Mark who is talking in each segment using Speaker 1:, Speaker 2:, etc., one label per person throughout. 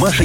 Speaker 1: Маша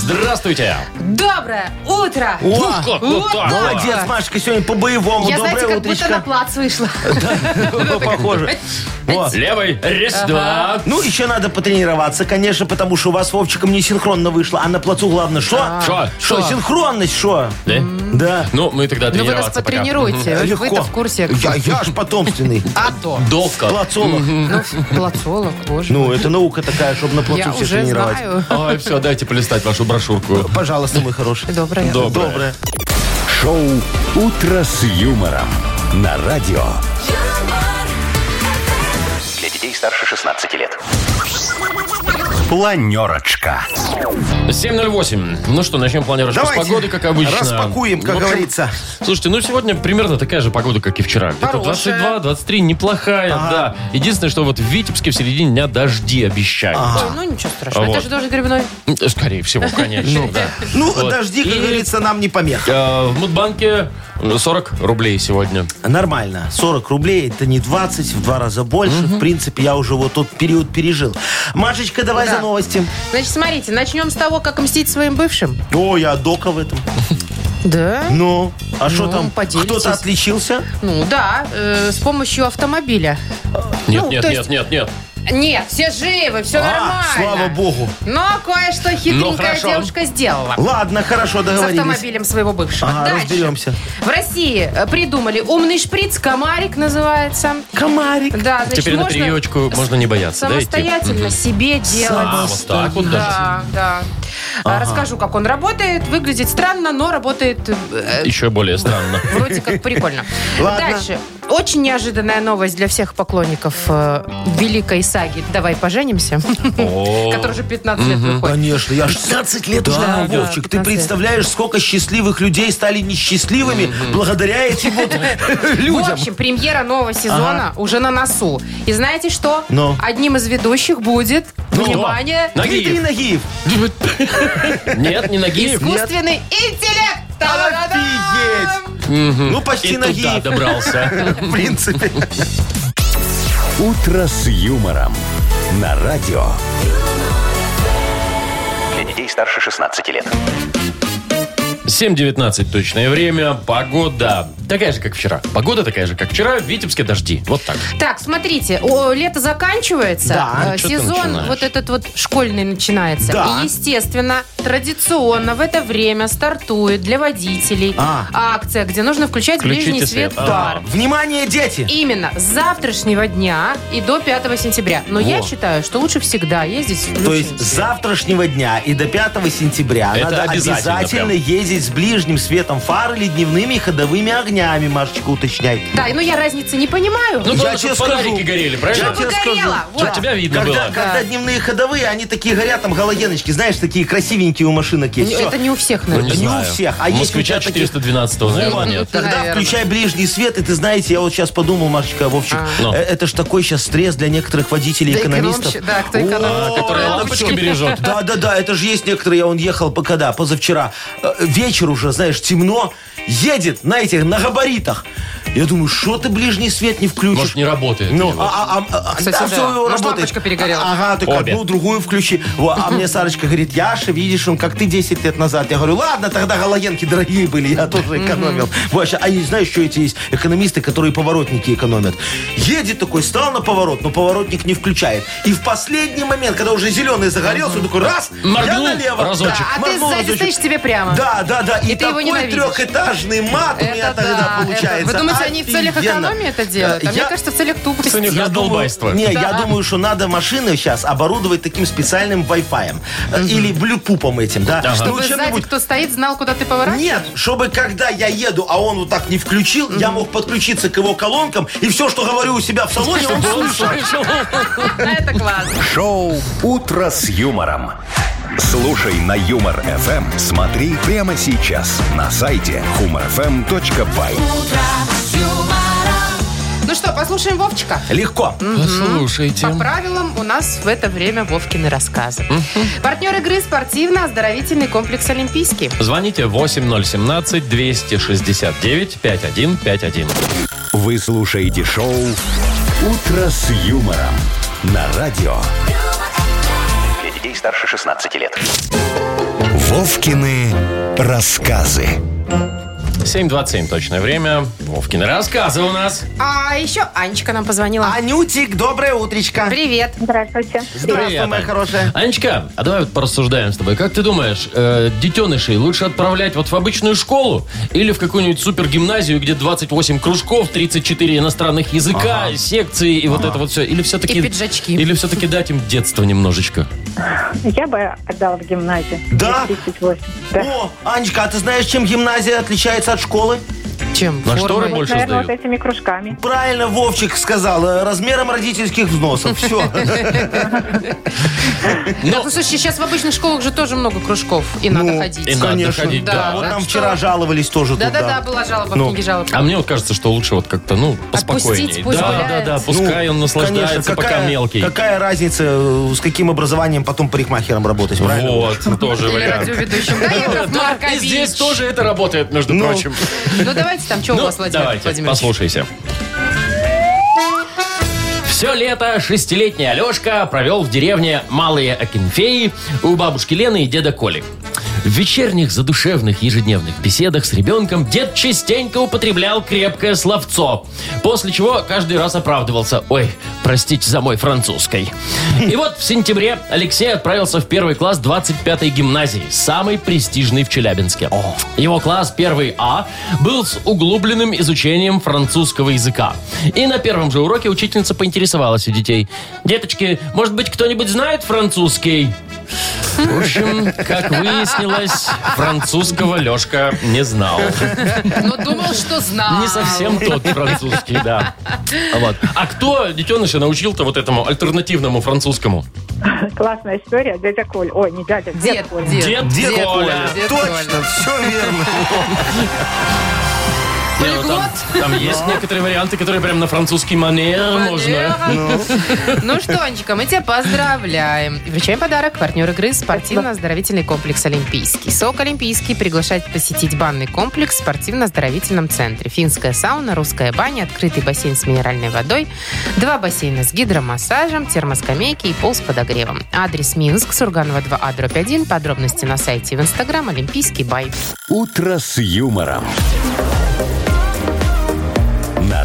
Speaker 2: Здравствуйте.
Speaker 3: Доброе утро!
Speaker 2: Ух, как вот
Speaker 3: Вот
Speaker 2: так.
Speaker 4: Молодец, Машка, сегодня по-боевому.
Speaker 3: А, Я,
Speaker 4: Доброе
Speaker 3: знаете, как будто на
Speaker 4: утречко.
Speaker 3: плац вышла.
Speaker 4: Ну, Похоже. Во.
Speaker 2: Левый, раз, два.
Speaker 4: Ну, еще надо потренироваться, конечно, потому что у вас с Вовчиком не синхронно вышло, а на плацу главное что?
Speaker 2: Шо?
Speaker 4: Что, синхронность, что?
Speaker 2: Да?
Speaker 4: Да.
Speaker 2: Ну, мы тогда
Speaker 3: Ну вы нас
Speaker 2: тренироваться пока.
Speaker 3: потренируете. Вы-то в курсе.
Speaker 4: Я, я аж потомственный.
Speaker 3: А то.
Speaker 2: Довка.
Speaker 4: Плацолог.
Speaker 3: Ну, плацолог, боже.
Speaker 4: Ну, это наука такая, чтобы на
Speaker 3: Я
Speaker 4: плацу все
Speaker 3: уже
Speaker 4: тренировать.
Speaker 3: знаю.
Speaker 2: Ой, все, дайте полистать вашу брошюрку.
Speaker 4: Пожалуйста, мой хороший.
Speaker 3: Доброе.
Speaker 2: Доброе.
Speaker 4: Доброе.
Speaker 1: Шоу «Утро с юмором» на радио. Для детей старше 16 лет. Планерочка.
Speaker 2: 7.08. Ну что, начнем планировать.
Speaker 4: Давайте.
Speaker 2: С погоды, как обычно.
Speaker 4: Распакуем, как
Speaker 2: В общем,
Speaker 4: говорится.
Speaker 2: Слушайте, ну сегодня примерно такая же погода, как и вчера. Где-то
Speaker 3: Хорошая.
Speaker 2: 22-23, неплохая, да. Единственное, что вот в Витебске в середине дня дожди обещают.
Speaker 3: Ой, Ну, ничего страшного.
Speaker 2: Вот.
Speaker 3: Это же тоже грибной.
Speaker 2: Ну, Скорее всего, конечно, да.
Speaker 4: Ну,
Speaker 2: Вот.
Speaker 4: дожди, как
Speaker 2: И,
Speaker 4: говорится, нам не помеха.
Speaker 2: э, В Мудбанке 40 рублей сегодня.
Speaker 4: Нормально. 40 рублей, это не 20, в два раза больше. В принципе, я уже вот тот период пережил. Машечка, давай
Speaker 3: Да.
Speaker 4: за новости.
Speaker 3: Значит, смотрите, начнем с того, как мстить своим бывшим.
Speaker 4: О, я дока в этом.
Speaker 3: Да?
Speaker 4: Ну, а что
Speaker 3: Ну,
Speaker 4: там?
Speaker 3: поделитесь.
Speaker 4: Кто-то отличился?
Speaker 3: Ну, да, э, с помощью автомобиля.
Speaker 2: Нет,
Speaker 3: Ну,
Speaker 2: нет,
Speaker 3: то
Speaker 2: нет,
Speaker 3: есть-
Speaker 2: нет, нет.
Speaker 3: Нет, все живы, все нормально.
Speaker 4: А, слава богу.
Speaker 3: Но кое-что
Speaker 2: Ну,
Speaker 3: хитренькая
Speaker 2: хорошо.
Speaker 3: девушка сделала.
Speaker 4: Ладно, хорошо,
Speaker 3: С
Speaker 4: договорились.
Speaker 3: автомобилем своего бывшего.
Speaker 4: Ага,
Speaker 3: Дальше.
Speaker 4: разберемся.
Speaker 3: В России э, придумали умный шприц, комарик называется.
Speaker 4: Комарик.
Speaker 3: Да, значит,
Speaker 2: Теперь на
Speaker 3: можно
Speaker 2: приечку можно не бояться, да, идти?
Speaker 3: самостоятельно себе делать.
Speaker 2: А, вот так вот даже.
Speaker 3: Да, да. А, Расскажу, как он работает. Выглядит странно, но работает э,
Speaker 2: Еще более странно.
Speaker 3: Вроде как прикольно.
Speaker 4: Ладно.
Speaker 3: Дальше. Очень неожиданная новость для всех поклонников э, великой саги «Давай поженимся»,
Speaker 2: О.
Speaker 3: который уже 15 лет выходит.
Speaker 4: Конечно, я 16 лет уже,
Speaker 3: Да, да,
Speaker 4: Вовчик. Ты
Speaker 3: 15 лет.
Speaker 4: представляешь, сколько счастливых людей стали несчастливыми благодаря этим вот
Speaker 3: В
Speaker 4: людям.
Speaker 3: общем, премьера нового сезона уже на носу. И знаете что?
Speaker 4: Ну.
Speaker 3: Одним из ведущих будет,
Speaker 2: Ну,
Speaker 3: внимание,
Speaker 2: кто? Нагиев.
Speaker 4: Дмитрий Нагиев.
Speaker 2: Нет, не Нагиев.
Speaker 3: искусственный интеллект. Та-да-да-да!
Speaker 4: Офигеть! Ну, почти
Speaker 2: И туда
Speaker 4: Нагиев.
Speaker 2: добрался.
Speaker 4: В принципе.
Speaker 1: «Утро с юмором» на радио. Для детей старше 16 лет.
Speaker 2: 7.19 точное время. Погода. Такая же, как вчера. Погода такая же, как вчера. В Витебске дожди. Вот так.
Speaker 3: Так, смотрите, о, лето заканчивается,
Speaker 4: Да,
Speaker 3: э,
Speaker 2: чё ты
Speaker 3: сезон
Speaker 2: начинаешь?
Speaker 3: вот этот вот школьный начинается.
Speaker 4: Да.
Speaker 3: И, естественно, традиционно в это время стартует для водителей
Speaker 4: А.
Speaker 3: акция, где нужно включать
Speaker 2: Включите
Speaker 3: ближний
Speaker 2: свет.
Speaker 3: свет фар.
Speaker 4: Внимание, дети!
Speaker 3: Именно с завтрашнего дня и до 5 сентября. Но я
Speaker 4: Во.
Speaker 3: считаю, что лучше всегда ездить с
Speaker 4: То
Speaker 3: включенным
Speaker 4: есть с
Speaker 3: светом.
Speaker 4: завтрашнего дня и до 5 сентября
Speaker 2: Это
Speaker 4: надо
Speaker 2: обязательно
Speaker 4: обязательно, ездить с ближним светом фар или дневными ходовыми огнями, Машечка, уточняй.
Speaker 3: Да, ну я разницы не понимаю.
Speaker 2: Ну, главное,
Speaker 4: тебе
Speaker 2: чтобы фонарики
Speaker 4: скажу.
Speaker 2: горели, правильно?
Speaker 4: Я тебе скажу.
Speaker 3: Выгорело, вот.
Speaker 2: Чтоб тебя видно
Speaker 4: когда,
Speaker 2: было.
Speaker 4: когда дневные ходовые, они такие горят, там галогеночки, знаешь, такие красивенькие у машинок есть. Всё.
Speaker 3: Это не у всех,
Speaker 2: Ну,
Speaker 3: наверное.
Speaker 4: не у всех, а
Speaker 2: У
Speaker 4: есть
Speaker 2: москвича
Speaker 4: у тебя таких-
Speaker 2: 412
Speaker 4: Вот.
Speaker 2: наверное, нет.
Speaker 4: Тогда
Speaker 3: Наверное.
Speaker 4: включай ближний свет, и ты знаете, я вот сейчас подумал, Машечка, Вовчик,
Speaker 2: Ну.
Speaker 4: э, это ж такой сейчас стресс для некоторых водителей,
Speaker 3: Да,
Speaker 4: экономистов.
Speaker 3: экономщи- да, кто эконом-
Speaker 4: О,
Speaker 2: А, Который
Speaker 3: Ой,
Speaker 2: лампочку
Speaker 3: Вовчик.
Speaker 2: бережет.
Speaker 4: Да, да, да, это же есть некоторые, я он ехал по когда, позавчера, э, вечер уже, знаешь, темно, едет на этих, на габаритах. Я думаю, что ты ближний свет не включишь?
Speaker 2: Может, не работает.
Speaker 4: Ну,
Speaker 2: его.
Speaker 4: а, а, а, а,
Speaker 3: Кстати,
Speaker 4: да,
Speaker 3: да.
Speaker 4: всё
Speaker 3: Может,
Speaker 4: работает.
Speaker 3: лампочка перегорела?
Speaker 4: А- Ага, только
Speaker 2: Обе.
Speaker 4: одну, другую включи. Во, а мне Сарочка говорит, Яша, видишь, он как ты 10 лет назад. Я говорю, ладно, тогда галогенки дорогие были, я тоже экономил. Вот, а и знаешь, что эти есть экономисты, которые поворотники экономят? Едет такой, стал на поворот, но поворотник не включает. И в последний момент, когда уже зеленый загорелся, он такой, раз, я
Speaker 2: Моргнул
Speaker 4: налево.
Speaker 2: разочек.
Speaker 4: Да,
Speaker 3: А ты
Speaker 4: моргнул
Speaker 3: сзади
Speaker 4: разочек.
Speaker 3: стоишь тебе прямо.
Speaker 4: Да, да, да. И,
Speaker 3: И ты его
Speaker 4: такой
Speaker 3: ненавидишь.
Speaker 4: трехэтажный мат у меня
Speaker 3: Это
Speaker 4: тогда
Speaker 3: да, это-
Speaker 4: получается.
Speaker 3: Вы думаете, они в целях
Speaker 4: Офигенно.
Speaker 3: экономии это делают? А
Speaker 4: Э,
Speaker 3: мне
Speaker 4: я-
Speaker 3: кажется, в целях тупости.
Speaker 2: Саня,
Speaker 4: я думаю,
Speaker 2: Раздолбайство.
Speaker 4: не, я
Speaker 3: Да.
Speaker 4: думаю, что надо машины сейчас оборудовать таким специальным Wi-Fi э, или блюпупом этим, да,
Speaker 2: Ага.
Speaker 4: Ну,
Speaker 3: Чтобы сзади
Speaker 4: чем-нибудь-
Speaker 3: кто стоит, знал, куда ты поворачиваешь?
Speaker 4: Нет, чтобы когда я еду, а он вот так не включил, я мог подключиться к его колонкам и все, что говорю у себя в салоне,
Speaker 2: Ну,
Speaker 4: он слышал.
Speaker 3: А, Это классно.
Speaker 1: Шоу «Утро с юмором». Слушай на Юмор ФМ. Смотри прямо сейчас на сайте humorfm.by.
Speaker 3: Ну что, послушаем Вовчика.
Speaker 4: Легко.
Speaker 2: Послушайте.
Speaker 3: По правилам у нас в это время Вовкины рассказы. Партнер игры спортивно-оздоровительный комплекс «Олимпийский».
Speaker 2: Звоните 8017-269-5151.
Speaker 1: Вы слушаете шоу «Утро с юмором» на радио.
Speaker 5: Для детей старше 16 лет.
Speaker 1: Вовкины рассказы.
Speaker 2: 7.27 точное время. Вовкины рассказы у нас.
Speaker 3: А еще Анечка нам позвонила.
Speaker 4: А- Анютик, доброе утречко.
Speaker 3: Привет.
Speaker 6: Здравствуйте.
Speaker 4: Здравствуй,
Speaker 2: Привет,
Speaker 4: моя
Speaker 2: Ань.
Speaker 4: хорошая.
Speaker 2: Анечка, а давай вот порассуждаем с тобой. Как ты думаешь, э, детенышей лучше отправлять вот в обычную школу или в какую-нибудь супергимназию, где 28 кружков, 34 иностранных языка, секции и вот это вот все? Или все-таки...
Speaker 3: И пиджачки.
Speaker 2: Или все-таки дать им детство немножечко?
Speaker 6: Я бы отдала в гимназию.
Speaker 4: Да?
Speaker 6: Мне 38. Да.
Speaker 4: О, Анечка, а ты знаешь, чем гимназия отличается от школы?
Speaker 3: Чем?
Speaker 2: На шторы
Speaker 3: Формой?
Speaker 2: больше
Speaker 6: Наверное,
Speaker 2: сдают?
Speaker 6: вот этими кружками.
Speaker 4: Правильно Вовчик сказал, э, размером родительских взносов. Все.
Speaker 2: Ну,
Speaker 3: Ну, слушай, сейчас в обычных школах же тоже много кружков. И надо
Speaker 4: Ну,
Speaker 3: ходить.
Speaker 2: и надо ходить, да.
Speaker 4: Вот
Speaker 3: так
Speaker 4: нам
Speaker 3: что-
Speaker 4: вчера жаловались тоже тут,
Speaker 3: Да-да-да, была жалоба в
Speaker 4: Ну.
Speaker 3: книге жалоб.
Speaker 2: А мне вот кажется, что лучше вот как-то, ну, поспокойнее.
Speaker 3: пусть
Speaker 2: да,
Speaker 3: гуляет.
Speaker 2: да, да,
Speaker 4: Ну,
Speaker 2: пускай он наслаждается,
Speaker 4: конечно,
Speaker 2: пока мелкий.
Speaker 4: Какая разница, э, с каким образованием потом парикмахером работать, правильно?
Speaker 2: Вот, тоже
Speaker 3: Или
Speaker 2: вариант.
Speaker 3: радиоведущим. Да, Яков
Speaker 2: И
Speaker 3: Маркович?
Speaker 2: здесь тоже это работает, между
Speaker 4: Ну,
Speaker 2: прочим.
Speaker 3: Ну, давайте там, что у
Speaker 2: Ну,
Speaker 3: вас, Владимир
Speaker 2: давайте,
Speaker 3: Владимирович?
Speaker 2: послушайся. Все лето шестилетний Алешка провел в деревне Малые Акинфеи у бабушки Лены и деда Коли. В вечерних задушевных ежедневных беседах с ребенком дед частенько употреблял крепкое словцо, после чего каждый раз оправдывался «Ой, простите за мой французской». И вот в сентябре Алексей отправился в первый класс 25-й гимназии, самой престижной в Челябинске. Его класс 1 А был с углубленным изучением французского языка. И на первом же уроке учительница поинтересовалась у детей. «Деточки, может быть, кто-нибудь знает французский?» В общем, как выяснилось, французского Лешка не знал.
Speaker 3: Но думал, что знал.
Speaker 2: Не совсем тот французский, да. Вот. А кто детеныша научил-то вот этому альтернативному французскому?
Speaker 6: Классная история. Дядя Коль. Ой, не дядя, дед,
Speaker 3: Дед,
Speaker 6: Коль.
Speaker 3: дед.
Speaker 2: Дед,
Speaker 4: Дед
Speaker 2: Коля.
Speaker 4: Коля.
Speaker 3: Дед
Speaker 4: Точно, все верно.
Speaker 2: Не, ну, там, там есть некоторые варианты, которые прям на французский манер можно.
Speaker 3: Ну. ну что, Анечка, мы тебя поздравляем. И вручаем подарок партнер игры спортивно-оздоровительный комплекс «Олимпийский». СОК «Олимпийский» приглашает посетить банный комплекс в спортивно-оздоровительном центре. Финская сауна, русская баня, открытый бассейн с минеральной водой, два бассейна с гидромассажем, термоскамейки и пол с подогревом. Адрес Минск, Сурганова 2А, дробь 1. Подробности на сайте и в Инстаграм «Олимпийский бай».
Speaker 1: «Утро с юмором». На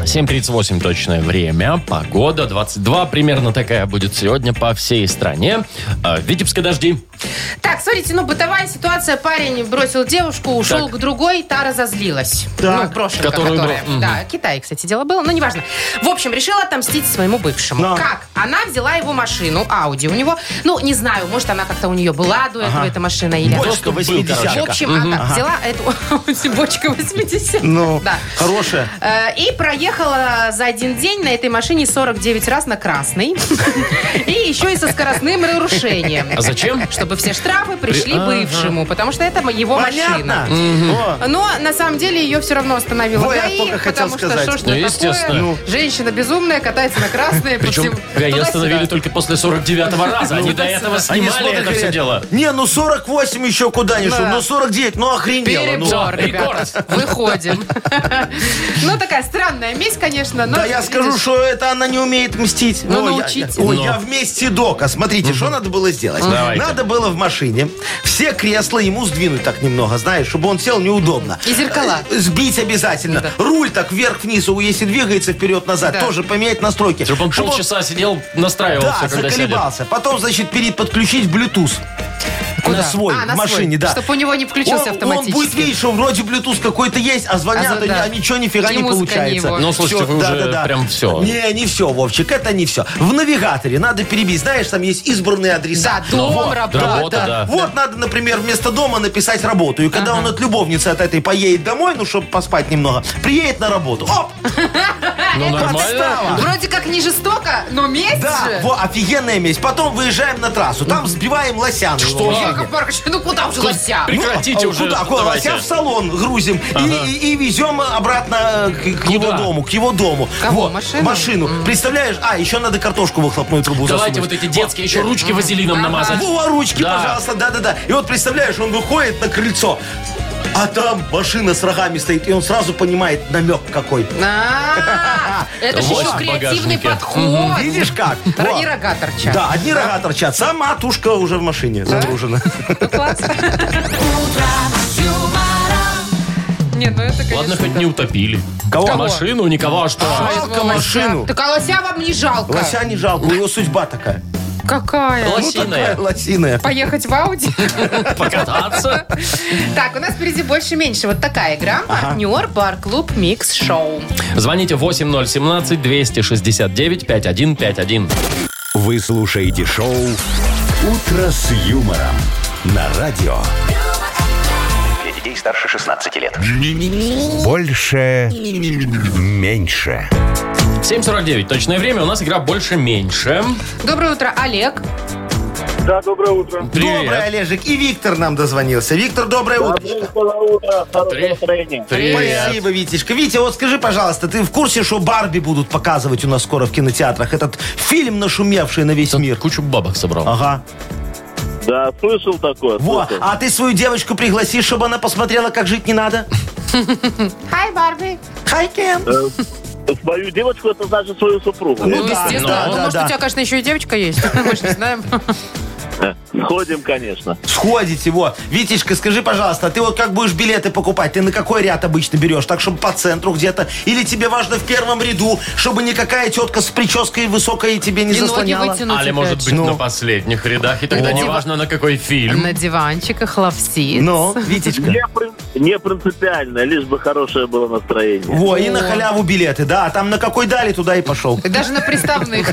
Speaker 2: 7.38 точное время. Погода 22. Примерно такая будет сегодня по всей стране. А, в Витебске дожди.
Speaker 3: Так, смотрите, ну, бытовая ситуация. Парень бросил девушку, ушел
Speaker 2: Так.
Speaker 3: к другой, та разозлилась.
Speaker 4: Так.
Speaker 3: Ну, брошенка,
Speaker 2: Которую
Speaker 3: которая.
Speaker 2: бро- мгм.
Speaker 3: Да, Китай, кстати, дело было, но неважно. В общем, решила отомстить своему бывшему.
Speaker 4: Да.
Speaker 3: Как? Она взяла его машину, Ауди у него. Ну, не знаю, может, она как-то у нее была до этого, эта машина, или... она-
Speaker 4: Бочка
Speaker 3: В
Speaker 4: 80
Speaker 3: общем, она взяла эту бочку 80.
Speaker 4: Ну,
Speaker 3: да.
Speaker 4: хорошая.
Speaker 3: Э, И проехала за один день на этой машине 49 раз на красный. И еще и со скоростным нарушением.
Speaker 2: А зачем?
Speaker 3: Чтобы все штрафы пришли
Speaker 2: Ага.
Speaker 3: бывшему, потому что это его
Speaker 4: Понятно.
Speaker 3: машина.
Speaker 4: О,
Speaker 3: Но на самом деле ее все равно остановила
Speaker 4: Во, я
Speaker 3: ГАИ,
Speaker 4: только хотел
Speaker 3: потому
Speaker 4: сказать.
Speaker 3: что что ж
Speaker 2: Ну,
Speaker 3: такое?
Speaker 2: естественно. Ну.
Speaker 3: Женщина безумная, катается на красное.
Speaker 2: Причем
Speaker 3: по всему-
Speaker 2: ГАИ остановили
Speaker 3: туда-сюда.
Speaker 2: только после 49-го раза. Они до этого
Speaker 4: Ну, они
Speaker 2: снимали
Speaker 4: смотрят,
Speaker 2: это все
Speaker 4: говорят,
Speaker 2: дело.
Speaker 4: Не, ну 48 еще куда ни шло.
Speaker 3: Да.
Speaker 4: Ну 49, ну охренело. ну.
Speaker 3: Перебор,
Speaker 2: ну.
Speaker 3: ребята. Выходим. Ну, такая странная месть, конечно, но...
Speaker 4: Да я скажу,
Speaker 3: Ну, видишь,
Speaker 4: что это она не умеет мстить.
Speaker 3: Ну,
Speaker 4: О, я-
Speaker 3: научите.
Speaker 4: Ой,
Speaker 2: Ну.
Speaker 4: я вместе дока. Смотрите, что надо было сделать.
Speaker 2: Давайте.
Speaker 4: Надо было в машине все кресла ему сдвинуть так немного, знаешь, чтобы он сел неудобно.
Speaker 3: И зеркала.
Speaker 4: Э, Сбить обязательно.
Speaker 3: Да.
Speaker 4: Руль так вверх-вниз, а если двигается вперед-назад,
Speaker 3: Да.
Speaker 4: тоже поменять настройки.
Speaker 2: Чтобы он
Speaker 4: Чтоб
Speaker 2: полчаса сидел, настраивался,
Speaker 4: Да,
Speaker 2: когда сидит.
Speaker 4: заколебался. Потом, значит, переподключить Bluetooth.
Speaker 3: Куда?
Speaker 4: На свой,
Speaker 3: А, на
Speaker 4: в машине,
Speaker 3: свой.
Speaker 4: да.
Speaker 3: Чтоб у него не
Speaker 4: он,
Speaker 3: включился
Speaker 4: он
Speaker 3: автоматически.
Speaker 4: будет видеть, что вроде Bluetooth какой-то есть, а звонят,
Speaker 3: А
Speaker 4: а,
Speaker 3: за- да.
Speaker 4: ни- а ничего нифига
Speaker 3: И
Speaker 4: не
Speaker 3: музыка не
Speaker 4: получается.
Speaker 3: его.
Speaker 2: Ну, слушайте,
Speaker 4: Всё,
Speaker 2: вы уже
Speaker 4: да-да-да.
Speaker 2: прям всё.
Speaker 4: Не, не все, Вовчик, это не все. В навигаторе надо перебить. Знаешь, там есть избранные адреса.
Speaker 3: Да, дом,
Speaker 4: Вот,
Speaker 3: работа.
Speaker 2: Работа, да.
Speaker 4: Вот надо, например, вместо дома написать работу. И когда он от любовницы от этой поедет домой, ну, чтобы поспать немного, приедет на работу. Оп!
Speaker 2: Ну,
Speaker 3: это
Speaker 2: нормально.
Speaker 4: подстава.
Speaker 3: Вроде как не жестоко, но месть
Speaker 4: Да,
Speaker 3: же.
Speaker 4: во, офигенная месть. Потом выезжаем на трассу, там сбиваем лосян.
Speaker 2: Что?
Speaker 3: Яков Маркович, ну куда уже лося?
Speaker 2: Прекратите
Speaker 4: а
Speaker 2: уже.
Speaker 4: Куда? Куда?
Speaker 2: давайте.
Speaker 4: Лося в салон грузим и- и, и везем обратно э, к, к его дому, к его дому.
Speaker 3: Кого?
Speaker 4: Во,
Speaker 3: Машину?
Speaker 4: Представляешь? А, еще надо картошку в выхлопную трубу
Speaker 2: Давайте вот
Speaker 4: засунуть.
Speaker 2: эти детские еще ручки вазелином
Speaker 3: Ага.
Speaker 2: намазать.
Speaker 4: Вова, ручки,
Speaker 2: Да.
Speaker 4: пожалуйста, да-да-да. И вот представляешь, он выходит на крыльцо, а там машина с рогами стоит, и он сразу понимает намек какой.
Speaker 3: А, Это же
Speaker 2: Лось
Speaker 3: еще
Speaker 2: в
Speaker 3: креативный
Speaker 2: багажнике.
Speaker 3: подход.
Speaker 4: Видишь как?
Speaker 3: Ра-
Speaker 4: Во.
Speaker 3: и рога торчат.
Speaker 4: Да, одни рога торчат. Сама тушка уже в машине загружена.
Speaker 3: Ну, класс. Нет, ну это, конечно...
Speaker 2: Ладно, хоть не утопили.
Speaker 4: Кого?
Speaker 2: Машину никого, а что?
Speaker 4: Жалко
Speaker 3: лося.
Speaker 4: машину.
Speaker 3: Так а лося вам не жалко?
Speaker 4: Лося не жалко, у него судьба такая.
Speaker 3: Какая?
Speaker 2: Лось-
Speaker 4: Ну,
Speaker 2: Лосиная.
Speaker 4: такая лосиная.
Speaker 3: Поехать в Ауди?
Speaker 2: Покататься?
Speaker 3: Так, у нас впереди больше-меньше вот такая игра. Партнер бар-клуб Микс Шоу.
Speaker 2: Звоните 8017-269-5151.
Speaker 1: Вы слушаете шоу «Утро с юмором» на радио.
Speaker 5: Для детей старше 16 лет.
Speaker 1: Больше, меньше.
Speaker 2: 7.49. Точное время. У нас игра «Больше-меньше».
Speaker 3: Доброе утро, Олег.
Speaker 7: Да, доброе утро.
Speaker 4: Доброе,
Speaker 2: Привет.
Speaker 4: Олежек. И Виктор нам дозвонился. Виктор, доброе утро.
Speaker 7: Доброе утро. Хорошего настроения.
Speaker 2: Привет.
Speaker 4: Спасибо, Витечка. Витя, вот скажи, пожалуйста, ты в курсе, что Барби будут показывать у нас скоро в кинотеатрах? Этот фильм, нашумевший на весь мир.
Speaker 2: Кучу бабок собрал.
Speaker 4: Ага.
Speaker 7: Да, слышал такое.
Speaker 4: Во,
Speaker 7: слышал.
Speaker 4: а ты свою девочку пригласишь, чтобы она посмотрела, как жить не надо?
Speaker 3: Хай, Барби.
Speaker 4: Hi, Ken.
Speaker 7: Э, Свою девочку, это значит свою супругу.
Speaker 4: Ну да,
Speaker 3: естественно.
Speaker 4: да,
Speaker 3: Ну,
Speaker 4: да,
Speaker 3: может,
Speaker 4: да.
Speaker 3: у тебя, конечно, еще и девочка есть. Мы же не знаем.
Speaker 7: Сходим, конечно.
Speaker 4: Сходите, вот. Витечка, скажи, пожалуйста, а ты вот как будешь билеты покупать? Ты на какой ряд обычно берешь? Так, чтобы по центру где-то? Или тебе важно в первом ряду, чтобы никакая тетка с прической высокой тебе не
Speaker 3: И ноги
Speaker 4: заслоняла?
Speaker 3: вытянуть.
Speaker 2: Али
Speaker 3: опять.
Speaker 4: типа,
Speaker 3: Ну,
Speaker 2: может быть
Speaker 4: ну.
Speaker 2: на последних рядах, и тогда неважно, на какой фильм.
Speaker 3: На диванчиках ловсиц.
Speaker 4: Ну, Витечка.
Speaker 7: Не, прин- не принципиально, лишь бы хорошее было настроение.
Speaker 4: Во, и на халяву билеты, да. А там на какой дали, туда и пошел.
Speaker 3: И Даже на приставных.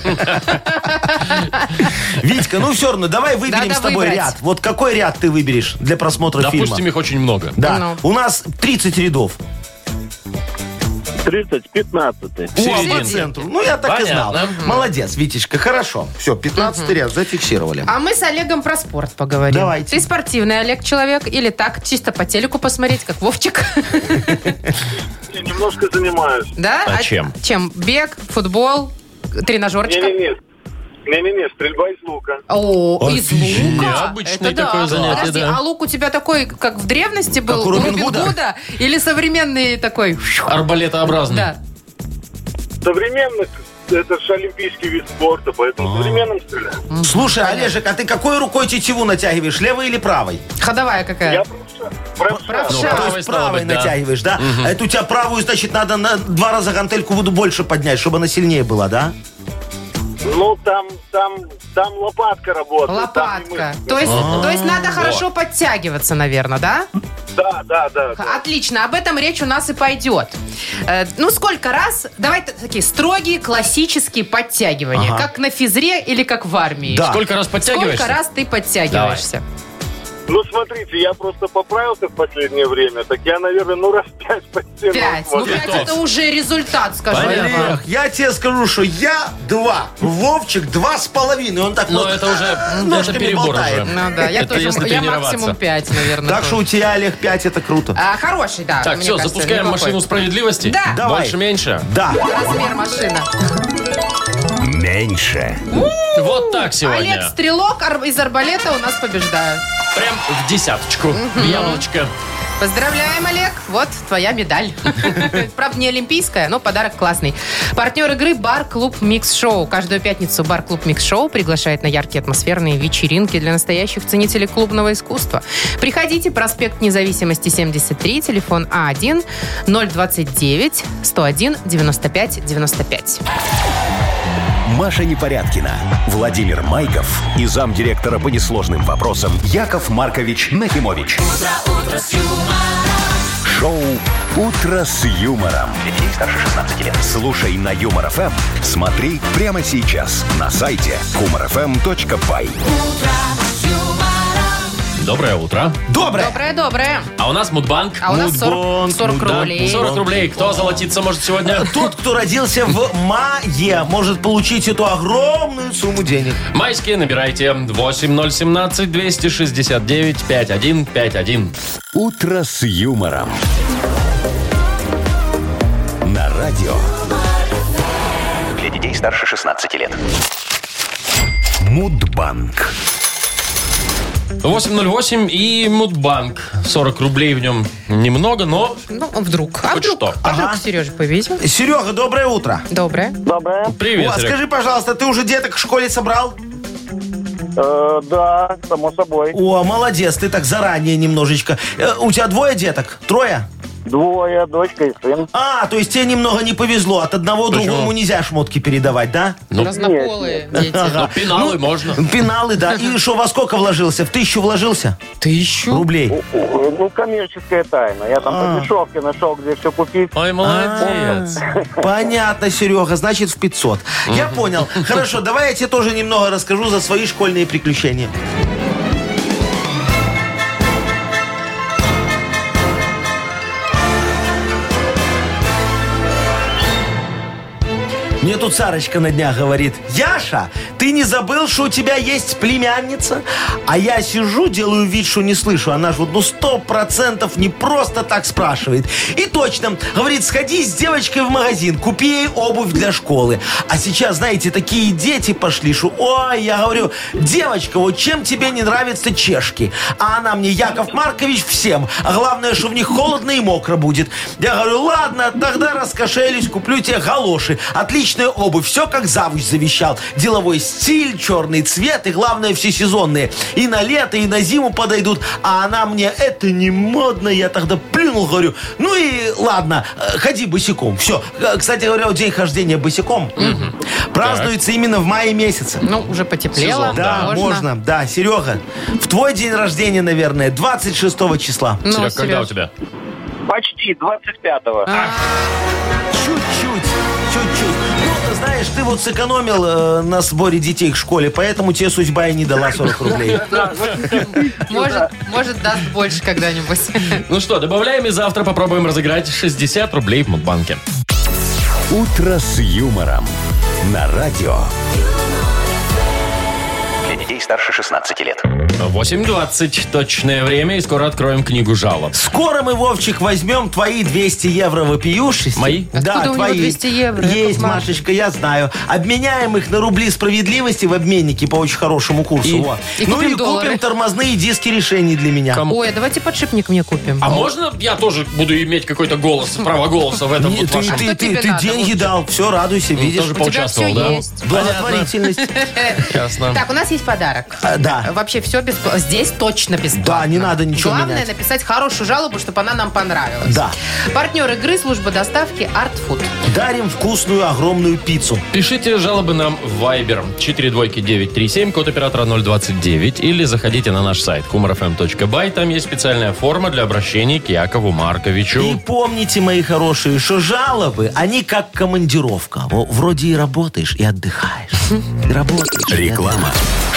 Speaker 4: Витька, ну все равно, давай выберем
Speaker 3: Надо
Speaker 4: с тобой
Speaker 3: выбрать.
Speaker 4: ряд. Вот какой ряд ты выберешь для просмотра
Speaker 2: Допустим,
Speaker 4: фильма?
Speaker 2: их очень много.
Speaker 3: Ну.
Speaker 4: Да. У нас 30 рядов.
Speaker 7: 30-15.
Speaker 4: О, по
Speaker 2: серединке.
Speaker 4: центру. Ну, я так и знал.
Speaker 2: Понятно.
Speaker 4: Молодец, Витечка, хорошо. Все, 15 ряд зафиксировали.
Speaker 3: А мы с Олегом про спорт поговорим.
Speaker 4: Давайте.
Speaker 3: Ты спортивный, Олег, человек? Или так, чисто по телеку посмотреть, как Вовчик?
Speaker 7: Я немножко занимаюсь.
Speaker 3: Да?
Speaker 2: А чем?
Speaker 3: Чем? Бег, футбол, тренажерчик?
Speaker 7: Не-не-не. Не-не-не, стрельба из лука.
Speaker 2: А
Speaker 3: О, из
Speaker 2: Офигеть.
Speaker 3: лука.
Speaker 2: Необычное
Speaker 3: Это да.
Speaker 2: такое занятие,
Speaker 3: Подожди,
Speaker 2: да.
Speaker 3: а лук у тебя такой, как в древности был?
Speaker 4: у Робин Гуда?
Speaker 3: Гуда? Или современный такой?
Speaker 2: Хм. Арбалетообразный.
Speaker 3: Да.
Speaker 7: Современность это же олимпийский вид спорта,
Speaker 3: А.
Speaker 7: поэтому современным стреляют.
Speaker 4: Слушай, Олежек, а ты какой рукой тетиву натягиваешь? Левой или правой?
Speaker 3: Ходовая какая?
Speaker 7: Я правша. Правша.
Speaker 2: Ну,
Speaker 3: Правша.
Speaker 4: То
Speaker 2: правой,
Speaker 4: есть
Speaker 2: стало
Speaker 4: правой
Speaker 2: быть, да.
Speaker 4: натягиваешь, да? А это у тебя правую, значит, надо на два раза гантельку буду больше поднять, чтобы она сильнее была, да?
Speaker 7: Ну, там, там, там лопатка работает. там не
Speaker 3: Лопатка.
Speaker 7: мы.
Speaker 3: То есть, то
Speaker 2: А.
Speaker 3: есть надо хорошо подтягиваться, наверное, да?
Speaker 7: Да, да, да. да.
Speaker 3: Отлично, об этом речь у нас и пойдет. Э, ну, сколько раз? Давай т- такие строгие классические подтягивания,
Speaker 4: Ага.
Speaker 3: как на физре или как в армии.
Speaker 4: Да.
Speaker 2: Сколько раз подтягиваешься?
Speaker 3: Сколько раз ты подтягиваешься?
Speaker 7: Ну, смотрите, я просто поправился в последнее время, так я, наверное, ну, раз пять подтянул.
Speaker 3: Пять. Ну,
Speaker 7: Вот.
Speaker 3: пять
Speaker 2: Готов.
Speaker 3: это уже результат, скажу я
Speaker 2: Понятно.
Speaker 3: вам.
Speaker 4: Олег, я тебе скажу, что я два, Вовчик два с половиной. Он так
Speaker 2: Но
Speaker 4: вот
Speaker 2: Ну, это уже это
Speaker 4: ножками
Speaker 2: перебор
Speaker 4: болтает.
Speaker 2: уже.
Speaker 3: Ну да, я
Speaker 2: Это
Speaker 3: тоже
Speaker 2: если
Speaker 3: я
Speaker 2: тренироваться.
Speaker 3: максимум пять, наверное.
Speaker 4: Так что у
Speaker 3: тоже.
Speaker 4: тебя, Олег, 5 это круто.
Speaker 3: А, хороший, да.
Speaker 2: Так,
Speaker 3: мне
Speaker 2: все,
Speaker 3: кажется,
Speaker 2: запускаем
Speaker 3: неплохой.
Speaker 2: машину справедливости.
Speaker 3: Да.
Speaker 4: Давай.
Speaker 2: Больше-меньше.
Speaker 4: Да.
Speaker 3: Размер машина.
Speaker 1: Меньше.
Speaker 2: Вот так сегодня.
Speaker 3: Олег Стрелок ар- из арбалета у нас побеждает.
Speaker 2: Прям в десяточку. В яблочко.
Speaker 3: Поздравляем, Олег. Вот твоя медаль. Правда, не олимпийская, но подарок классный. Партнер игры «Бар-клуб Микс Шоу». Каждую пятницу «Бар-клуб Микс Шоу» приглашает на яркие атмосферные вечеринки для настоящих ценителей клубного искусства. Приходите, проспект Независимости, 73, телефон А А1-029-101-95-95.
Speaker 1: Маша Непорядкина, Владимир Майков и замдиректора по несложным вопросам Яков Маркович Нахимович. Шоу Утро с юмором. Для детей старше 16 лет. Слушай на юмор ФМ. Смотри прямо сейчас на сайте humorfm.by.
Speaker 2: Доброе утро.
Speaker 4: Доброе.
Speaker 3: Доброе-доброе.
Speaker 2: А у нас Мудбанк.
Speaker 3: А у нас 40,
Speaker 4: Мудбанк,
Speaker 3: 40
Speaker 4: мудбанк.
Speaker 3: рублей.
Speaker 2: 40 рублей. Кто золотиться может сегодня?
Speaker 4: Тот, кто родился в мае, может получить эту огромную сумму денег.
Speaker 2: Майские набирайте 8017 269 5151.
Speaker 1: «Утро с юмором». На радио
Speaker 5: Для детей старше 16 лет.
Speaker 1: Мудбанк.
Speaker 2: 808 и Мудбанк. 40 рублей в нем немного, но
Speaker 3: Ну, а вдруг. А
Speaker 2: Хоть
Speaker 3: вдруг,
Speaker 2: что.
Speaker 3: а вдруг Сережа повесил?
Speaker 4: Серега, доброе утро.
Speaker 3: Доброе.
Speaker 7: Доброе.
Speaker 2: привет,
Speaker 3: а
Speaker 4: О,
Speaker 2: Серег.
Speaker 4: скажи, пожалуйста, ты уже деток в школе собрал?
Speaker 7: Э, да, само собой.
Speaker 4: О, молодец, ты так заранее немножечко. Э, у тебя двое деток? Трое?
Speaker 7: Двое, дочка и сын.
Speaker 4: А, то есть тебе немного не повезло. От одного
Speaker 2: Почему?
Speaker 4: другому нельзя шмотки передавать, да?
Speaker 2: Ну,
Speaker 3: Разнополые дети.
Speaker 2: Ну, пеналы можно.
Speaker 4: Пеналы, да. И что, во сколько вложился? В тысячу вложился?
Speaker 3: Ты еще?
Speaker 4: Рублей.
Speaker 7: Ну, коммерческая тайна. Я там
Speaker 4: А.
Speaker 7: по дешевке нашел, где все купить.
Speaker 3: А.
Speaker 2: Ой, молодец.
Speaker 4: Понятно, Серега, значит в 500. Я понял. Хорошо, давай я тебе тоже немного расскажу за свои школьные приключения. Мне тут Сарочка на днях говорит, Яша, ты не забыл, что у тебя есть племянница? А я сижу, делаю вид, что не слышу. Она же вот, ну, сто процентов не просто так спрашивает. И точно, говорит, сходи с девочкой в магазин, купи ей обувь для школы. А сейчас, знаете, такие дети пошли, что, ой, я говорю, девочка, вот чем тебе не нравятся чешки? А она мне, Яков Маркович, всем. А главное, что в них холодно и мокро будет. Я говорю, ладно, тогда раскошелюсь, куплю тебе галоши. Отличная обувь, все как завуч завещал. Деловой стиль, черный цвет и, главное, всесезонные. И на лето, и на зиму подойдут. А она мне, это не модно. Я тогда плюнул, говорю, ну и ладно, э, ходи босиком. Все. Кстати говоря, вот день хождения босиком празднуется именно в мае месяце.
Speaker 3: Ну, уже потеплело.
Speaker 2: Сезон,
Speaker 4: Да, можно. Да, Серега, в твой день рождения, наверное, 26 числа.
Speaker 3: Ну,
Speaker 2: Серег, когда у
Speaker 3: Сереж.
Speaker 2: тебя?
Speaker 7: Почти, 25-го.
Speaker 5: А,
Speaker 4: Чуть-чуть, чуть-чуть. Ну, знаешь, ты вот сэкономил э, на сборе детей к школе, поэтому тебе судьба и не дала 40 рублей.
Speaker 3: Может, может, даст больше когда-нибудь.
Speaker 2: Ну что, добавляем и завтра попробуем разыграть 60 рублей в Мудбанке.
Speaker 1: «Утро с юмором». На радио
Speaker 5: Для детей старше 16 лет.
Speaker 2: 8.20 точное время, и скоро откроем книгу жалоб.
Speaker 4: Скоро мы, Вовчик, возьмем твои 200 евро вопиюшись.
Speaker 2: Мои?
Speaker 4: Да,
Speaker 3: Откуда у него
Speaker 4: твои.
Speaker 3: 200 евро,
Speaker 4: Есть,
Speaker 3: Яков Маркович?
Speaker 4: Машечка, я знаю. Обменяем их на рубли справедливости в обменнике по очень хорошему курсу.
Speaker 2: И-
Speaker 4: Во.
Speaker 3: И
Speaker 4: ну
Speaker 3: купим
Speaker 4: и
Speaker 3: доллары.
Speaker 4: купим тормозные диски решений для меня.
Speaker 2: Кому?
Speaker 3: Ой, а давайте подшипник мне купим.
Speaker 2: А можно я тоже буду иметь какой-то голос, право голоса в этом
Speaker 4: Не,
Speaker 2: вот
Speaker 4: ты,
Speaker 2: вашем?
Speaker 4: ты-
Speaker 3: Что
Speaker 4: ты-
Speaker 3: тебе
Speaker 4: ты
Speaker 3: надо,
Speaker 4: деньги
Speaker 3: Вовчик?
Speaker 4: дал, все, радуйся, видишь.
Speaker 2: Ну, тоже
Speaker 3: У тебя все
Speaker 2: поучаствовал, да?
Speaker 3: есть.
Speaker 4: Благотворительность.
Speaker 2: Ясно.
Speaker 3: Так, у нас есть подарок.
Speaker 4: А, да.
Speaker 3: Вообще все бесплатно. Здесь точно бесплатно.
Speaker 4: Да, не надо ничего
Speaker 3: Главное
Speaker 4: менять.
Speaker 3: написать хорошую жалобу, чтобы она нам понравилась.
Speaker 4: Да.
Speaker 3: Партнер игры, служба доставки Art Food.
Speaker 4: Дарим вкусную огромную пиццу.
Speaker 2: Пишите жалобы нам в Viber 42937, код оператора 029, или заходите на наш сайт humorfm.by. Там есть специальная форма для обращения к Якову
Speaker 4: И
Speaker 2: Марковичу.
Speaker 4: помните, мои хорошие, что жалобы, они как командировка. Во, Вроде и работаешь, и отдыхаешь. И работаешь. и
Speaker 1: реклама.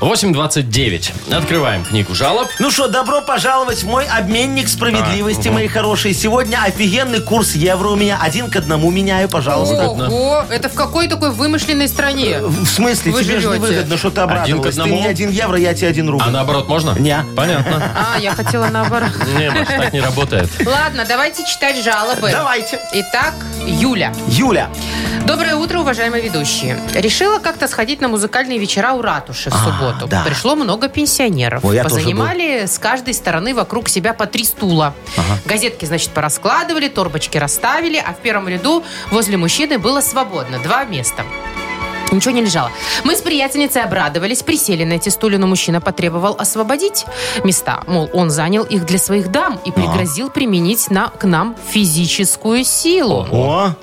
Speaker 2: 8.29. Открываем книгу жалоб.
Speaker 4: Ну что, добро пожаловать в мой обменник справедливости,
Speaker 2: А,
Speaker 4: мои хорошие. Сегодня офигенный курс евро у меня. Один к одному меняю, пожалуйста.
Speaker 3: Ого, это в какой такой вымышленной стране?
Speaker 4: В смысле?
Speaker 3: Вы
Speaker 4: тебе же не
Speaker 3: живете.
Speaker 4: выгодно, что ты
Speaker 2: Один к
Speaker 4: обрадовалась. Ты
Speaker 2: одному?
Speaker 4: мне один евро, я тебе один рубль.
Speaker 2: А наоборот можно?
Speaker 4: Не.
Speaker 2: Понятно.
Speaker 3: А, я хотела наоборот.
Speaker 2: Не, Маш, так не работает.
Speaker 3: Ладно, давайте читать жалобы.
Speaker 4: Давайте.
Speaker 3: Итак, Юля.
Speaker 4: Юля,
Speaker 3: Доброе утро, уважаемые ведущие. Решила как-то сходить на музыкальные вечера у ратуши в субботу.
Speaker 4: А, да.
Speaker 3: Пришло много пенсионеров.
Speaker 4: Ой, я тоже
Speaker 3: Позанимали с каждой стороны вокруг себя по три стула. Газетки, значит, пораскладывали, торбочки расставили, а в первом ряду возле мужчины было свободно. Два места. Ничего не лежало. Мы с приятельницей обрадовались, присели на эти стулья, но мужчина потребовал освободить места. Мол, он занял их для своих дам
Speaker 4: А.
Speaker 3: и пригрозил применить на, к нам физическую силу.
Speaker 4: О,